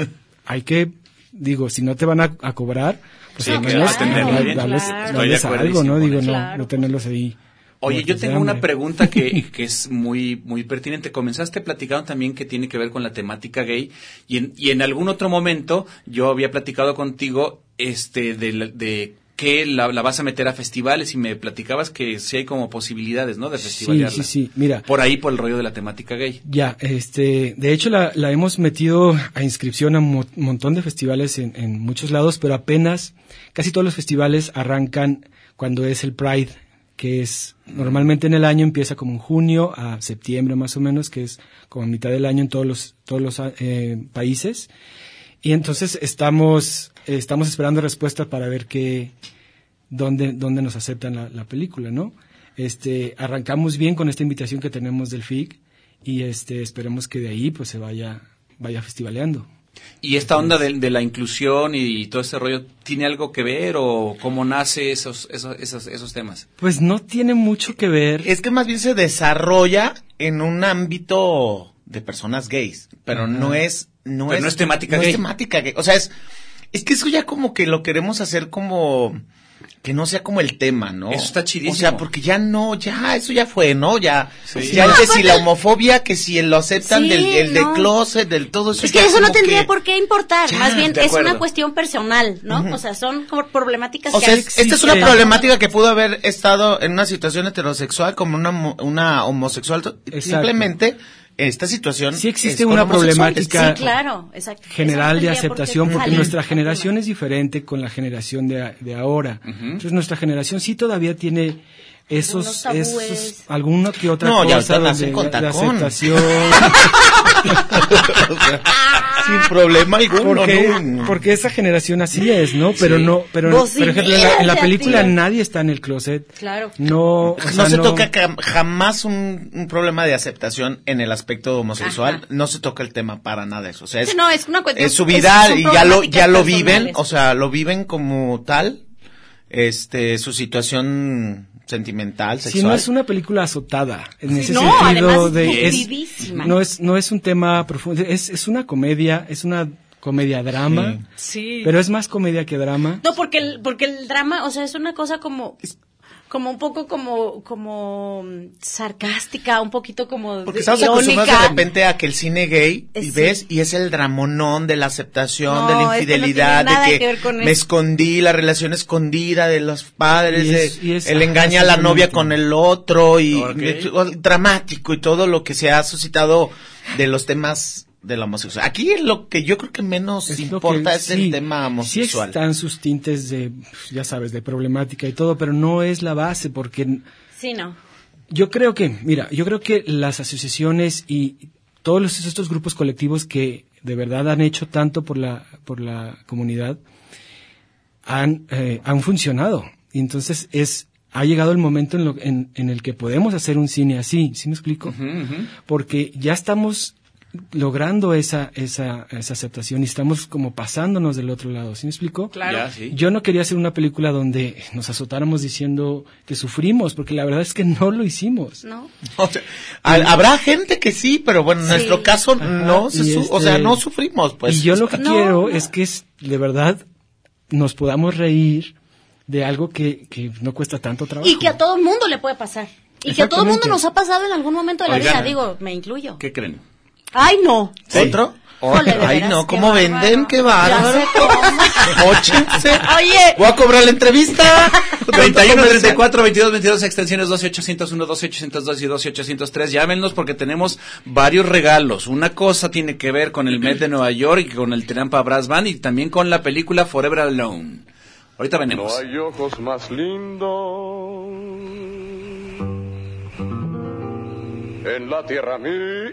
Speaker 5: hay que. Digo, si no te van a, a cobrar, pues
Speaker 2: Sí,
Speaker 5: al
Speaker 2: claro,
Speaker 5: menos
Speaker 2: atenderlo
Speaker 5: darles-
Speaker 2: bien.
Speaker 5: darles-
Speaker 2: Claro.
Speaker 5: darles
Speaker 2: Estoy de
Speaker 5: algo, ¿no?
Speaker 2: acuerdísimo
Speaker 5: Digo,
Speaker 2: con
Speaker 5: no,
Speaker 2: eso.
Speaker 5: no tenerlos ahí.
Speaker 2: Oye, yo
Speaker 5: muertos de
Speaker 2: tengo una
Speaker 5: hambre.
Speaker 2: pregunta que, que es muy, muy pertinente. Comenzaste platicando también que tiene que ver con la temática gay y en, y en algún otro momento yo había platicado contigo este de, la- de que la, la vas a meter a festivales y me platicabas que sí hay como posibilidades, ¿no? De
Speaker 5: Sí,
Speaker 2: festivalearla.
Speaker 5: sí, sí. Mira,
Speaker 2: Por ahí, por el rollo de la temática gay.
Speaker 5: Ya, este, de hecho la, la hemos metido a inscripción a un montón de festivales en, en muchos lados, pero apenas casi todos los festivales arrancan cuando es el Pride, que es normalmente en el año empieza como en junio a septiembre más o menos, que es como a mitad del año en todos los todos los ah, eh, países. Y entonces estamos eh, estamos esperando respuestas para ver qué dónde dónde nos aceptan la, la película, ¿no? Este, arrancamos bien con esta invitación que tenemos del FIC y este esperemos que de ahí pues se vaya vaya festivaleando.
Speaker 2: Y esta onda de, de la inclusión y, todo ese rollo, ¿tiene algo que ver o cómo nace esos, esos, esos, esos temas?
Speaker 5: Pues no tiene mucho que ver.
Speaker 6: Es que más bien se desarrolla en un ámbito de personas gays, pero
Speaker 2: Ajá.
Speaker 6: no es no
Speaker 2: Pero
Speaker 6: es,
Speaker 2: no es temática
Speaker 6: no
Speaker 2: gay.
Speaker 6: Es temática gay. O sea, es es que eso ya como que lo queremos hacer como que no sea como el tema, ¿no?
Speaker 2: Eso está chidísimo.
Speaker 6: O sea, porque ya no, ya, eso ya fue, ¿no? Ya,
Speaker 2: Sí.
Speaker 6: ya
Speaker 2: No,
Speaker 6: que si la homofobia, que si lo aceptan
Speaker 3: Sí,
Speaker 6: del, el
Speaker 3: no.
Speaker 6: de closet, del todo eso.
Speaker 3: Es que
Speaker 6: ya
Speaker 3: eso no
Speaker 6: como
Speaker 3: tendría
Speaker 6: que-
Speaker 3: por qué importar.
Speaker 6: Ya,
Speaker 3: Más bien
Speaker 6: de
Speaker 3: es una
Speaker 6: acuerdo.
Speaker 3: cuestión personal, ¿no? O sea, son como problemáticas
Speaker 6: O
Speaker 3: que
Speaker 6: sea,
Speaker 3: hay-
Speaker 6: es- esta es una problemática que pudo haber estado en una situación heterosexual como una, mo- una homosexual. Simplemente esta situación.
Speaker 5: Sí existe una problemática
Speaker 3: Sí, claro, exacto. Eso no entendía por
Speaker 5: general de
Speaker 3: qué
Speaker 5: aceptación porque
Speaker 3: salen.
Speaker 5: nuestra generación es diferente con la generación de, a- de ahora. Entonces nuestra generación sí todavía tiene
Speaker 3: Algunos
Speaker 5: esos,
Speaker 3: tabúes.
Speaker 5: esos alguna que otra
Speaker 6: No, ya
Speaker 5: cosa
Speaker 6: ahorita
Speaker 5: donde
Speaker 6: nacen con
Speaker 5: la, la
Speaker 6: tacón.
Speaker 5: aceptación
Speaker 6: sin problema alguno.
Speaker 5: porque,
Speaker 6: ¿no?
Speaker 5: porque esa generación así es, ¿no? Pero
Speaker 6: Sí.
Speaker 5: no, pero
Speaker 6: Vos sí
Speaker 5: por ejemplo en la, en la
Speaker 6: mírate,
Speaker 5: película
Speaker 6: tía.
Speaker 5: nadie está en el closet.
Speaker 3: Claro.
Speaker 5: No, o sea,
Speaker 6: no se toca cam- jamás un, un problema de aceptación en el aspecto homosexual. No se toca el tema para nada eso. O sea, es,
Speaker 3: No, es una cuestión-
Speaker 6: es su vida
Speaker 3: es- son
Speaker 6: y ya lo, ya lo
Speaker 3: problemáticas
Speaker 6: viven,
Speaker 3: personales.
Speaker 6: o sea, lo viven como tal, este, su situación sentimental,
Speaker 5: Si
Speaker 6: sexual.
Speaker 5: no es una película azotada, en ese
Speaker 6: no,
Speaker 5: sentido
Speaker 6: además,
Speaker 5: de es,
Speaker 6: estupidísima.
Speaker 5: no es no es un tema profundo, es, es una comedia, es una comedia drama,
Speaker 3: Sí.
Speaker 5: pero es más comedia que drama.
Speaker 3: No, porque el, porque el drama, o sea, es una cosa como como un poco como como mm, sarcástica, un poquito como
Speaker 6: Porque
Speaker 3: de-
Speaker 6: estamos acostumbrados de
Speaker 3: irónica.
Speaker 6: repente a que el cine gay, y
Speaker 3: Sí.
Speaker 6: ves, y es el dramonón de la aceptación,
Speaker 3: No, es
Speaker 6: de
Speaker 3: que no
Speaker 6: la infidelidad,
Speaker 3: tiene nada
Speaker 6: de que,
Speaker 3: que ver con
Speaker 6: me
Speaker 3: eso.
Speaker 6: escondí, la relación escondida de los padres,
Speaker 5: Y es-
Speaker 6: de
Speaker 5: y es-
Speaker 6: el
Speaker 5: ajá,
Speaker 6: engaña a la
Speaker 5: exactamente.
Speaker 6: novia con el otro, y y- o- dramático, y todo lo que se ha suscitado de los temas de la homosexualidad. Aquí lo que yo creo que menos
Speaker 5: Lo
Speaker 6: importa
Speaker 5: que
Speaker 6: es
Speaker 5: sí,
Speaker 6: el tema
Speaker 5: sí
Speaker 6: homosexual.
Speaker 5: están sus tintes de, ya sabes, de problemática y todo, pero no es la base porque
Speaker 3: Sí, no.
Speaker 5: Yo creo que, mira, yo creo que las asociaciones y todos los- estos grupos colectivos que de verdad han hecho tanto por la, por la comunidad han, eh, han funcionado. Y entonces es, ha llegado el momento en, lo- en, en el que podemos hacer un cine así, ¿sí me explico?
Speaker 2: Mm-hmm.
Speaker 5: Porque ya estamos logrando esa, esa, esa aceptación y estamos como pasándonos del otro lado, ¿sí me explico?
Speaker 2: Claro. Ya, sí.
Speaker 5: Yo no quería hacer una película donde nos azotáramos diciendo que sufrimos, porque la verdad es que no lo hicimos.
Speaker 3: No.
Speaker 6: O sea, al- habrá gente que sí, pero bueno, en
Speaker 5: Sí.
Speaker 6: nuestro caso no se
Speaker 5: y
Speaker 6: su- o
Speaker 5: este-
Speaker 6: sea, no sufrimos, pues.
Speaker 5: y yo lo que
Speaker 6: No,
Speaker 5: quiero
Speaker 6: no.
Speaker 5: es que es- de verdad nos podamos reír de algo que, que no cuesta tanto trabajo.
Speaker 3: Y que a todo el mundo le puede pasar. Y que a todo el mundo
Speaker 5: Exactamente.
Speaker 3: nos ha pasado en algún momento de la
Speaker 5: Oigan.
Speaker 3: vida, digo, me incluyo.
Speaker 2: ¿Qué creen?
Speaker 3: Ay, no.
Speaker 6: ¿Otro?
Speaker 3: Híjole, de
Speaker 6: Ay,
Speaker 3: veras,
Speaker 6: no,
Speaker 3: qué
Speaker 6: ¿cómo venden? ¡Qué bárbaro! Óchense.
Speaker 3: Oye.
Speaker 6: Voy a cobrar la entrevista.
Speaker 2: 31, 34, 22, 22, extensiones 12801, 12802 y 12803. Llámenos porque tenemos varios regalos. Una cosa tiene que ver con el Met de Nueva York y con el Trampa Brass Band y también con la película Forever Alone. Ahorita venimos.
Speaker 13: No hay ojos más lindos en la tierra mí.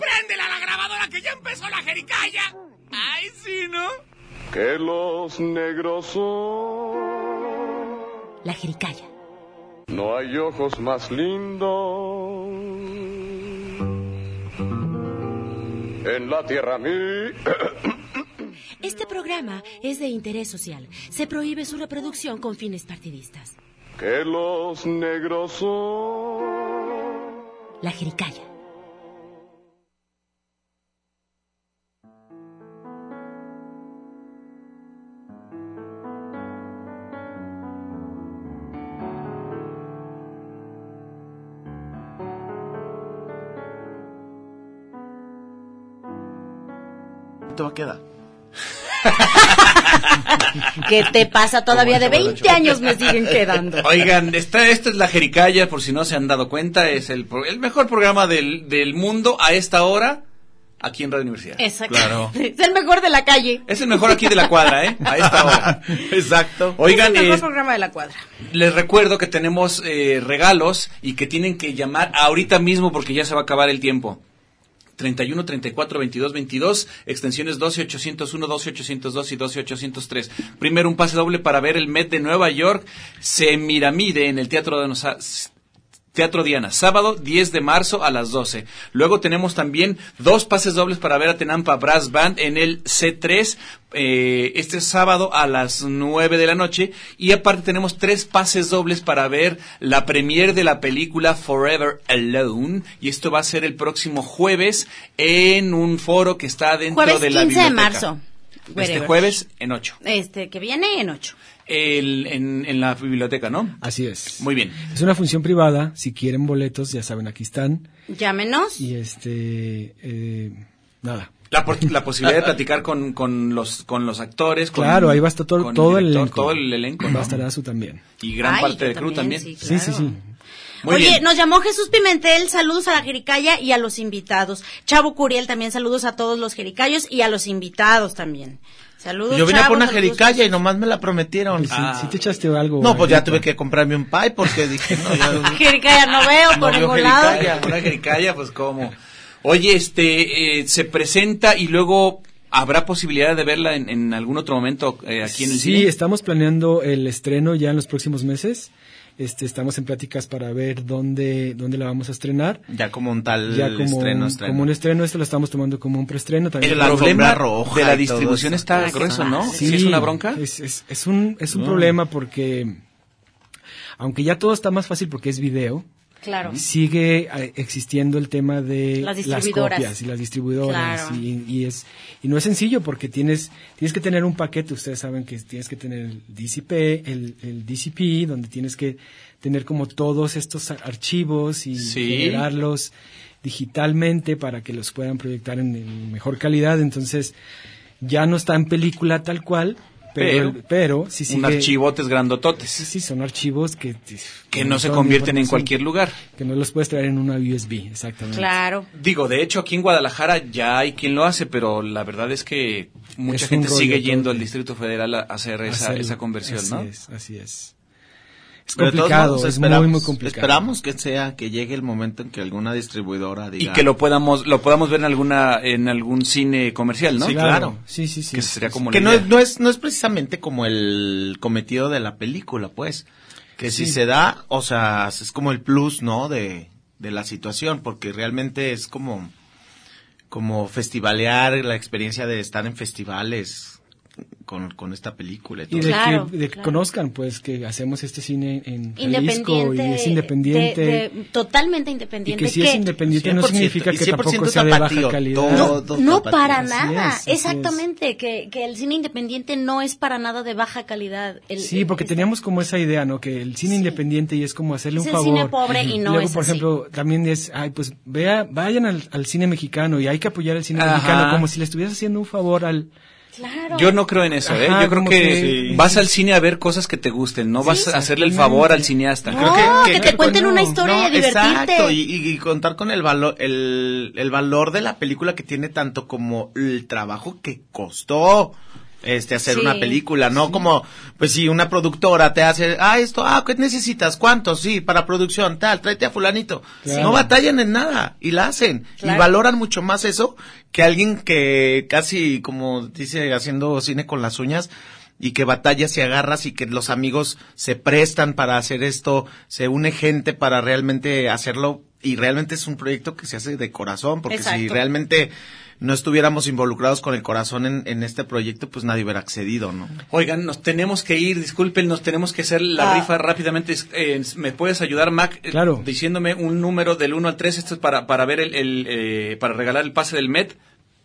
Speaker 14: ¡Préndela la grabadora que ya empezó la jericaya! ¡Ay, sí, no!
Speaker 13: que los negros son.
Speaker 9: La jericaya.
Speaker 13: No hay ojos más lindos en la tierra mí.
Speaker 9: Este programa es de interés social. Se prohíbe su reproducción con fines partidistas.
Speaker 13: que los negros son.
Speaker 9: La jericaya.
Speaker 6: te va a quedar?
Speaker 3: ¿Qué te pasa? Todavía de
Speaker 2: Como el
Speaker 3: 20 años me siguen quedando.
Speaker 2: Oigan, esta, esta es la Jericaya, por si no se han dado cuenta, es el, pro- el mejor programa del, del mundo a esta hora aquí en Radio Universidad.
Speaker 3: Exacto.
Speaker 2: Claro.
Speaker 3: Es el mejor de la calle.
Speaker 2: Es el mejor aquí de la cuadra, ¿eh? A esta hora.
Speaker 6: Exacto.
Speaker 2: Oigan,
Speaker 3: es el mejor
Speaker 2: eh,
Speaker 3: programa de la cuadra.
Speaker 2: les recuerdo que tenemos eh, regalos y que tienen que llamar ahorita mismo porque ya se va a acabar el tiempo. 31 34 22 22, extensiones 12 801, 12 802 y 12 803. Primero un pase doble para ver el Met de Nueva York, Semiramide en el Teatro de Nosa- Teatro Diana, sábado 10 de marzo a las 12. Luego tenemos también dos pases dobles para ver a Tenampa Brass Band en el C3, eh, este sábado a las 9 de la noche. Y aparte tenemos tres pases dobles para ver la premier de la película Forever Alone. Y esto va a ser el próximo jueves en un foro que está dentro
Speaker 3: Jueves
Speaker 2: de la
Speaker 3: 15 de
Speaker 2: biblioteca.
Speaker 3: marzo.
Speaker 2: Este
Speaker 3: Whatever.
Speaker 2: jueves en 8.
Speaker 3: Este, que viene en 8.
Speaker 2: en, en la biblioteca, ¿no?
Speaker 5: Así es.
Speaker 2: Muy bien.
Speaker 5: Es una función privada, si quieren boletos, ya saben, aquí están.
Speaker 3: Llámenos.
Speaker 5: Y este, eh, nada.
Speaker 2: La, por- la posibilidad de platicar con, con los con los actores. Con,
Speaker 5: Claro, ahí va a estar todo-
Speaker 2: con
Speaker 5: todo el
Speaker 2: director,
Speaker 5: elenco.
Speaker 2: Todo el elenco.
Speaker 5: Va
Speaker 2: ¿no?
Speaker 5: a estar Azu también.
Speaker 2: Y gran
Speaker 3: Ay,
Speaker 2: parte
Speaker 3: yo
Speaker 2: de crew también.
Speaker 3: también,
Speaker 5: Sí, sí, sí.
Speaker 2: Muy
Speaker 3: Oye,
Speaker 2: bien.
Speaker 3: nos llamó Jesús Pimentel, saludos a la Jericaya y a los invitados. Chavo Curiel también, saludos a todos los Jericayos y a los invitados también. Saludos.
Speaker 6: Yo vine
Speaker 3: Chavo,
Speaker 6: por una
Speaker 3: saludos.
Speaker 6: jericaya y nomás me la prometieron.
Speaker 5: Pues,
Speaker 2: Ah,
Speaker 5: Si, te echaste algo.
Speaker 6: Ah. No, pues ya
Speaker 5: ahorita.
Speaker 6: tuve que comprarme un pie porque dije, no, ya...
Speaker 3: Jericaya no veo
Speaker 6: No
Speaker 3: por
Speaker 6: veo
Speaker 3: ningún lado.
Speaker 2: Jericaya, una jericaya, pues cómo. Oye, este, eh, se presenta y luego habrá posibilidad de verla en, en algún otro momento eh, aquí en el
Speaker 5: sí, este,
Speaker 2: cine.
Speaker 5: estamos planeando el estreno ya en los próximos meses. Este, estamos en pláticas para ver dónde, dónde la vamos a estrenar.
Speaker 6: Ya como un tal
Speaker 5: ya como,
Speaker 6: estreno,
Speaker 5: un,
Speaker 6: estreno.
Speaker 5: como un estreno, esto lo estamos tomando como un preestreno. También
Speaker 6: El
Speaker 5: Porque-
Speaker 6: problema roja
Speaker 2: de la
Speaker 6: y todo
Speaker 2: distribución
Speaker 6: eso.
Speaker 2: está grueso, ¿no? Sí, es una bronca. Ah.
Speaker 5: Es, es- es un, es un
Speaker 2: No.
Speaker 5: problema porque, aunque ya todo está más fácil porque es video,
Speaker 3: Claro.
Speaker 5: sigue eh, existiendo el tema de
Speaker 3: Las
Speaker 5: las,
Speaker 3: distribuidoras.
Speaker 5: copias y las distribuidoras
Speaker 3: Claro.
Speaker 5: y, y es y no es sencillo porque tienes tienes que tener un paquete ustedes saben que tienes que tener el DCP el, el DCP donde tienes que tener como todos estos a- archivos y
Speaker 2: Sí.
Speaker 5: generarlos digitalmente para que los puedan proyectar en, en mejor calidad entonces ya no está en película tal cual pero
Speaker 2: Pero,
Speaker 5: pero, pero sí
Speaker 2: Un
Speaker 5: sigue-
Speaker 2: archivotes grandototes.
Speaker 5: Sí, sí, son archivos que...
Speaker 2: Que no se convierten en cualquier lugar.
Speaker 5: Que no los puedes traer en una USB, exactamente.
Speaker 3: Claro.
Speaker 2: Digo, de hecho, aquí en Guadalajara ya hay quien lo hace, pero la verdad es que mucha
Speaker 5: Es un
Speaker 2: gente sigue
Speaker 5: rollo
Speaker 2: yendo al Distrito Federal a hacer esa,
Speaker 5: Hacerlo.
Speaker 2: esa conversión,
Speaker 5: así
Speaker 2: ¿no?
Speaker 5: Es, así es. Es
Speaker 6: Pero de todos
Speaker 5: complicado,
Speaker 6: modos,
Speaker 5: es
Speaker 6: esperamos-
Speaker 5: muy, muy complicado.
Speaker 6: Esperamos que sea, que llegue el momento en que alguna distribuidora
Speaker 2: Y
Speaker 6: diga...
Speaker 2: que lo podamos lo podamos ver en alguna en algún cine comercial, ¿no?
Speaker 6: Sí, claro.
Speaker 5: Sí, sí, sí.
Speaker 2: Que sería como
Speaker 6: que
Speaker 2: la
Speaker 6: no
Speaker 2: idea.
Speaker 6: es, no es no es precisamente como el cometido de la película pues que si
Speaker 2: Sí.
Speaker 6: se da o sea es como el plus no de, de la situación porque realmente es como como festivalear la experiencia de estar en festivales con, con esta película y todo
Speaker 5: Y de
Speaker 6: eso.
Speaker 3: Claro,
Speaker 5: que, de que
Speaker 3: claro.
Speaker 5: conozcan, pues, que hacemos este cine en Jalisco y
Speaker 3: Independiente.
Speaker 5: es
Speaker 3: de-
Speaker 5: independiente.
Speaker 3: de- de- totalmente
Speaker 5: y
Speaker 3: independiente.
Speaker 5: que si es independiente no
Speaker 6: 100%
Speaker 5: significa
Speaker 6: y
Speaker 5: que
Speaker 6: 100%
Speaker 5: tampoco sea de baja
Speaker 6: tapatío,
Speaker 5: calidad.
Speaker 6: todo No,
Speaker 3: No para nada,
Speaker 5: Así es, así es.
Speaker 3: exactamente, que, que el cine independiente no es para nada de baja calidad. El-
Speaker 5: Sí, porque teníamos como esa idea, ¿no? Que el cine independiente y es como hacerle
Speaker 3: Es
Speaker 5: un
Speaker 3: el
Speaker 5: favor.
Speaker 3: cine pobre y no
Speaker 5: Luego,
Speaker 3: es
Speaker 5: por
Speaker 3: así.
Speaker 5: ejemplo, también es, ay, pues vea, vayan al, al cine mexicano y hay que apoyar al cine
Speaker 2: Ajá.
Speaker 5: mexicano como si le estuvieras haciendo un favor al...
Speaker 3: Claro.
Speaker 2: Yo no creo en eso, ¿eh?
Speaker 5: Ajá,
Speaker 2: Yo creo
Speaker 5: como
Speaker 2: que
Speaker 5: que-
Speaker 2: vas al cine a ver cosas que te gusten, no vas a hacerle el favor al cineasta.
Speaker 3: No, Creo que- que- que te cuenten una historia y divertirte.
Speaker 6: Exacto, y, y- y contar con el valor, el, el valor de la película que tiene tanto como el trabajo que costó este hacer
Speaker 3: Sí.
Speaker 6: una película, no como pues si una productora te hace, ah esto, ah qué necesitas, cuánto, sí, para producción, tal, tráete a fulanito,
Speaker 5: Claro.
Speaker 6: no batallan en nada y la hacen y
Speaker 5: Claro.
Speaker 6: valoran mucho más eso que alguien que casi como dice haciendo cine con las uñas, y que batallas y agarras y que los amigos se prestan para hacer esto, se une gente para realmente hacerlo y realmente es un proyecto que se hace de corazón, porque si
Speaker 3: Exacto.
Speaker 6: realmente no estuviéramos involucrados con el corazón en, en este proyecto, pues nadie hubiera accedido, ¿no?
Speaker 2: Oigan, nos tenemos que ir, disculpen, nos tenemos que hacer la
Speaker 6: Ah.
Speaker 2: rifa rápidamente. Es- eh, ¿Me puedes ayudar, Mac? eh,
Speaker 5: Claro.
Speaker 2: Diciéndome un número del 1 al 3, esto es para, para ver el, el, eh, para regalar el pase del Met.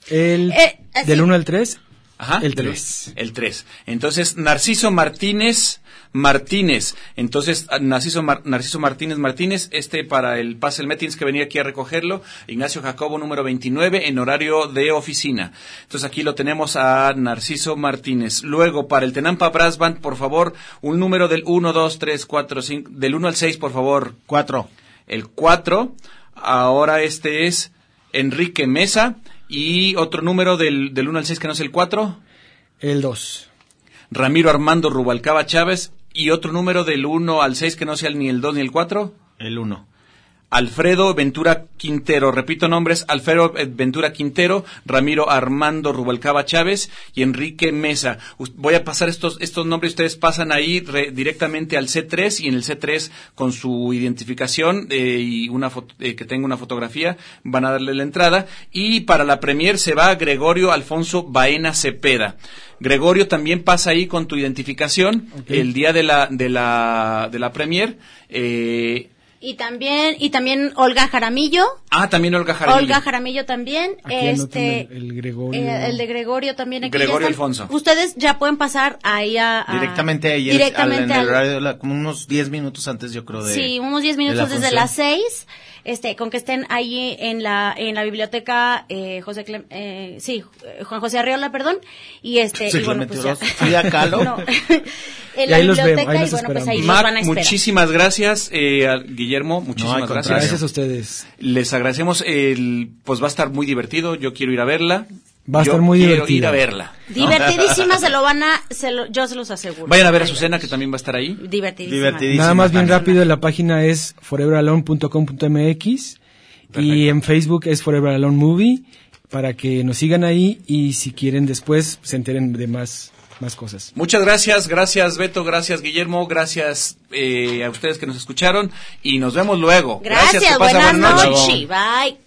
Speaker 5: El,
Speaker 2: Eh,
Speaker 5: del 1 al 3,
Speaker 2: Ajá.
Speaker 5: El
Speaker 2: del-
Speaker 5: tres.
Speaker 2: El 3. Entonces, Narciso Martínez Martínez. Entonces, a- Narciso, Mar- Narciso Martínez Martínez, este para el pase del mes tienes que venir aquí a recogerlo. Ignacio Jacobo, número 29, en horario de oficina. Entonces, aquí lo tenemos a Narciso Martínez. Luego, para el Tenampa Brass Band, por favor, un número del 1, 2, 3, 4, 5, del 1 al 6, por favor.
Speaker 6: 4.
Speaker 2: El 4. Ahora este es Enrique Mesa. Y otro número del, del 1 al 6 que no es el 4.
Speaker 5: el 2.
Speaker 2: Ramiro Armando Rubalcaba Chávez y otro número del 1 al 6 que no sea ni el 2 ni el 4.
Speaker 6: El 1.
Speaker 2: Alfredo Ventura Quintero, repito nombres, Alfredo eh, Ventura Quintero, Ramiro Armando Rubalcaba Chávez y Enrique Mesa. Us- Voy a pasar estos, estos nombres, ustedes pasan ahí re- directamente al C3 y en el C3 con su identificación eh, y una foto- eh, que tenga una fotografía van a darle la entrada. Y para la premier se va Gregorio Alfonso Baena Cepeda. Gregorio también pasa ahí con tu identificación
Speaker 3: Ok.
Speaker 2: el día de la, de la, de la premier. Eh,
Speaker 3: Y también, y también Olga Jaramillo,
Speaker 2: Ah, también Olga Jaramillo.
Speaker 3: Olga Jaramillo también,
Speaker 2: Aquí anotan
Speaker 3: este,
Speaker 5: El Gregorio.
Speaker 3: eh, el de Gregorio también. aquí
Speaker 6: Gregorio
Speaker 3: ya están.
Speaker 6: Alfonso.
Speaker 3: Ustedes ya pueden pasar ahí a... a-
Speaker 6: Directamente ayer,
Speaker 3: directamente
Speaker 6: al- en el
Speaker 3: al-
Speaker 6: horario de la- como unos 10 minutos antes, yo creo, de...
Speaker 3: Sí, unos 10
Speaker 6: de la
Speaker 3: minutos desde
Speaker 6: función.
Speaker 3: las 6. este, con que estén ahí en la, en la biblioteca, eh, José Clem- eh, sí, Juan José Arriola, perdón, y este,
Speaker 6: Sí,
Speaker 3: y bueno,
Speaker 6: Clemente
Speaker 3: pues ya.
Speaker 6: Orozco. Sí, acá, ¿no?
Speaker 3: No. en
Speaker 6: Y
Speaker 3: la
Speaker 6: ahí los
Speaker 3: biblioteca
Speaker 6: vemos, ahí
Speaker 3: y
Speaker 6: los
Speaker 3: bueno, pues
Speaker 6: esperamos.
Speaker 3: ahí
Speaker 2: Mac,
Speaker 3: los van a esperar.
Speaker 2: muchísimas gracias, eh, a Guillermo, muchísimas
Speaker 6: al
Speaker 2: gracias.
Speaker 6: contrario. Gracias
Speaker 5: a ustedes.
Speaker 2: Les agradecemos, el, pues va a estar muy divertido, yo quiero ir a verla.
Speaker 5: Va a
Speaker 2: Yo
Speaker 5: estar muy
Speaker 2: quiero
Speaker 5: divertido.
Speaker 2: ir a verla.
Speaker 3: Divertidísimas se lo van a, se lo- yo se los aseguro.
Speaker 2: Vayan a ver a Susana que también va a estar ahí.
Speaker 3: Divertidísima.
Speaker 5: Nada más bien rápido, la página es foreveralone.com.mx y en Facebook es Forever Alone Movie para que nos sigan ahí y si quieren después se enteren de más, más cosas.
Speaker 2: Muchas gracias, gracias Beto, gracias Guillermo, gracias eh, a ustedes que nos escucharon y nos vemos luego.
Speaker 3: Gracias,
Speaker 2: que pasa
Speaker 3: buenas noches. Bye.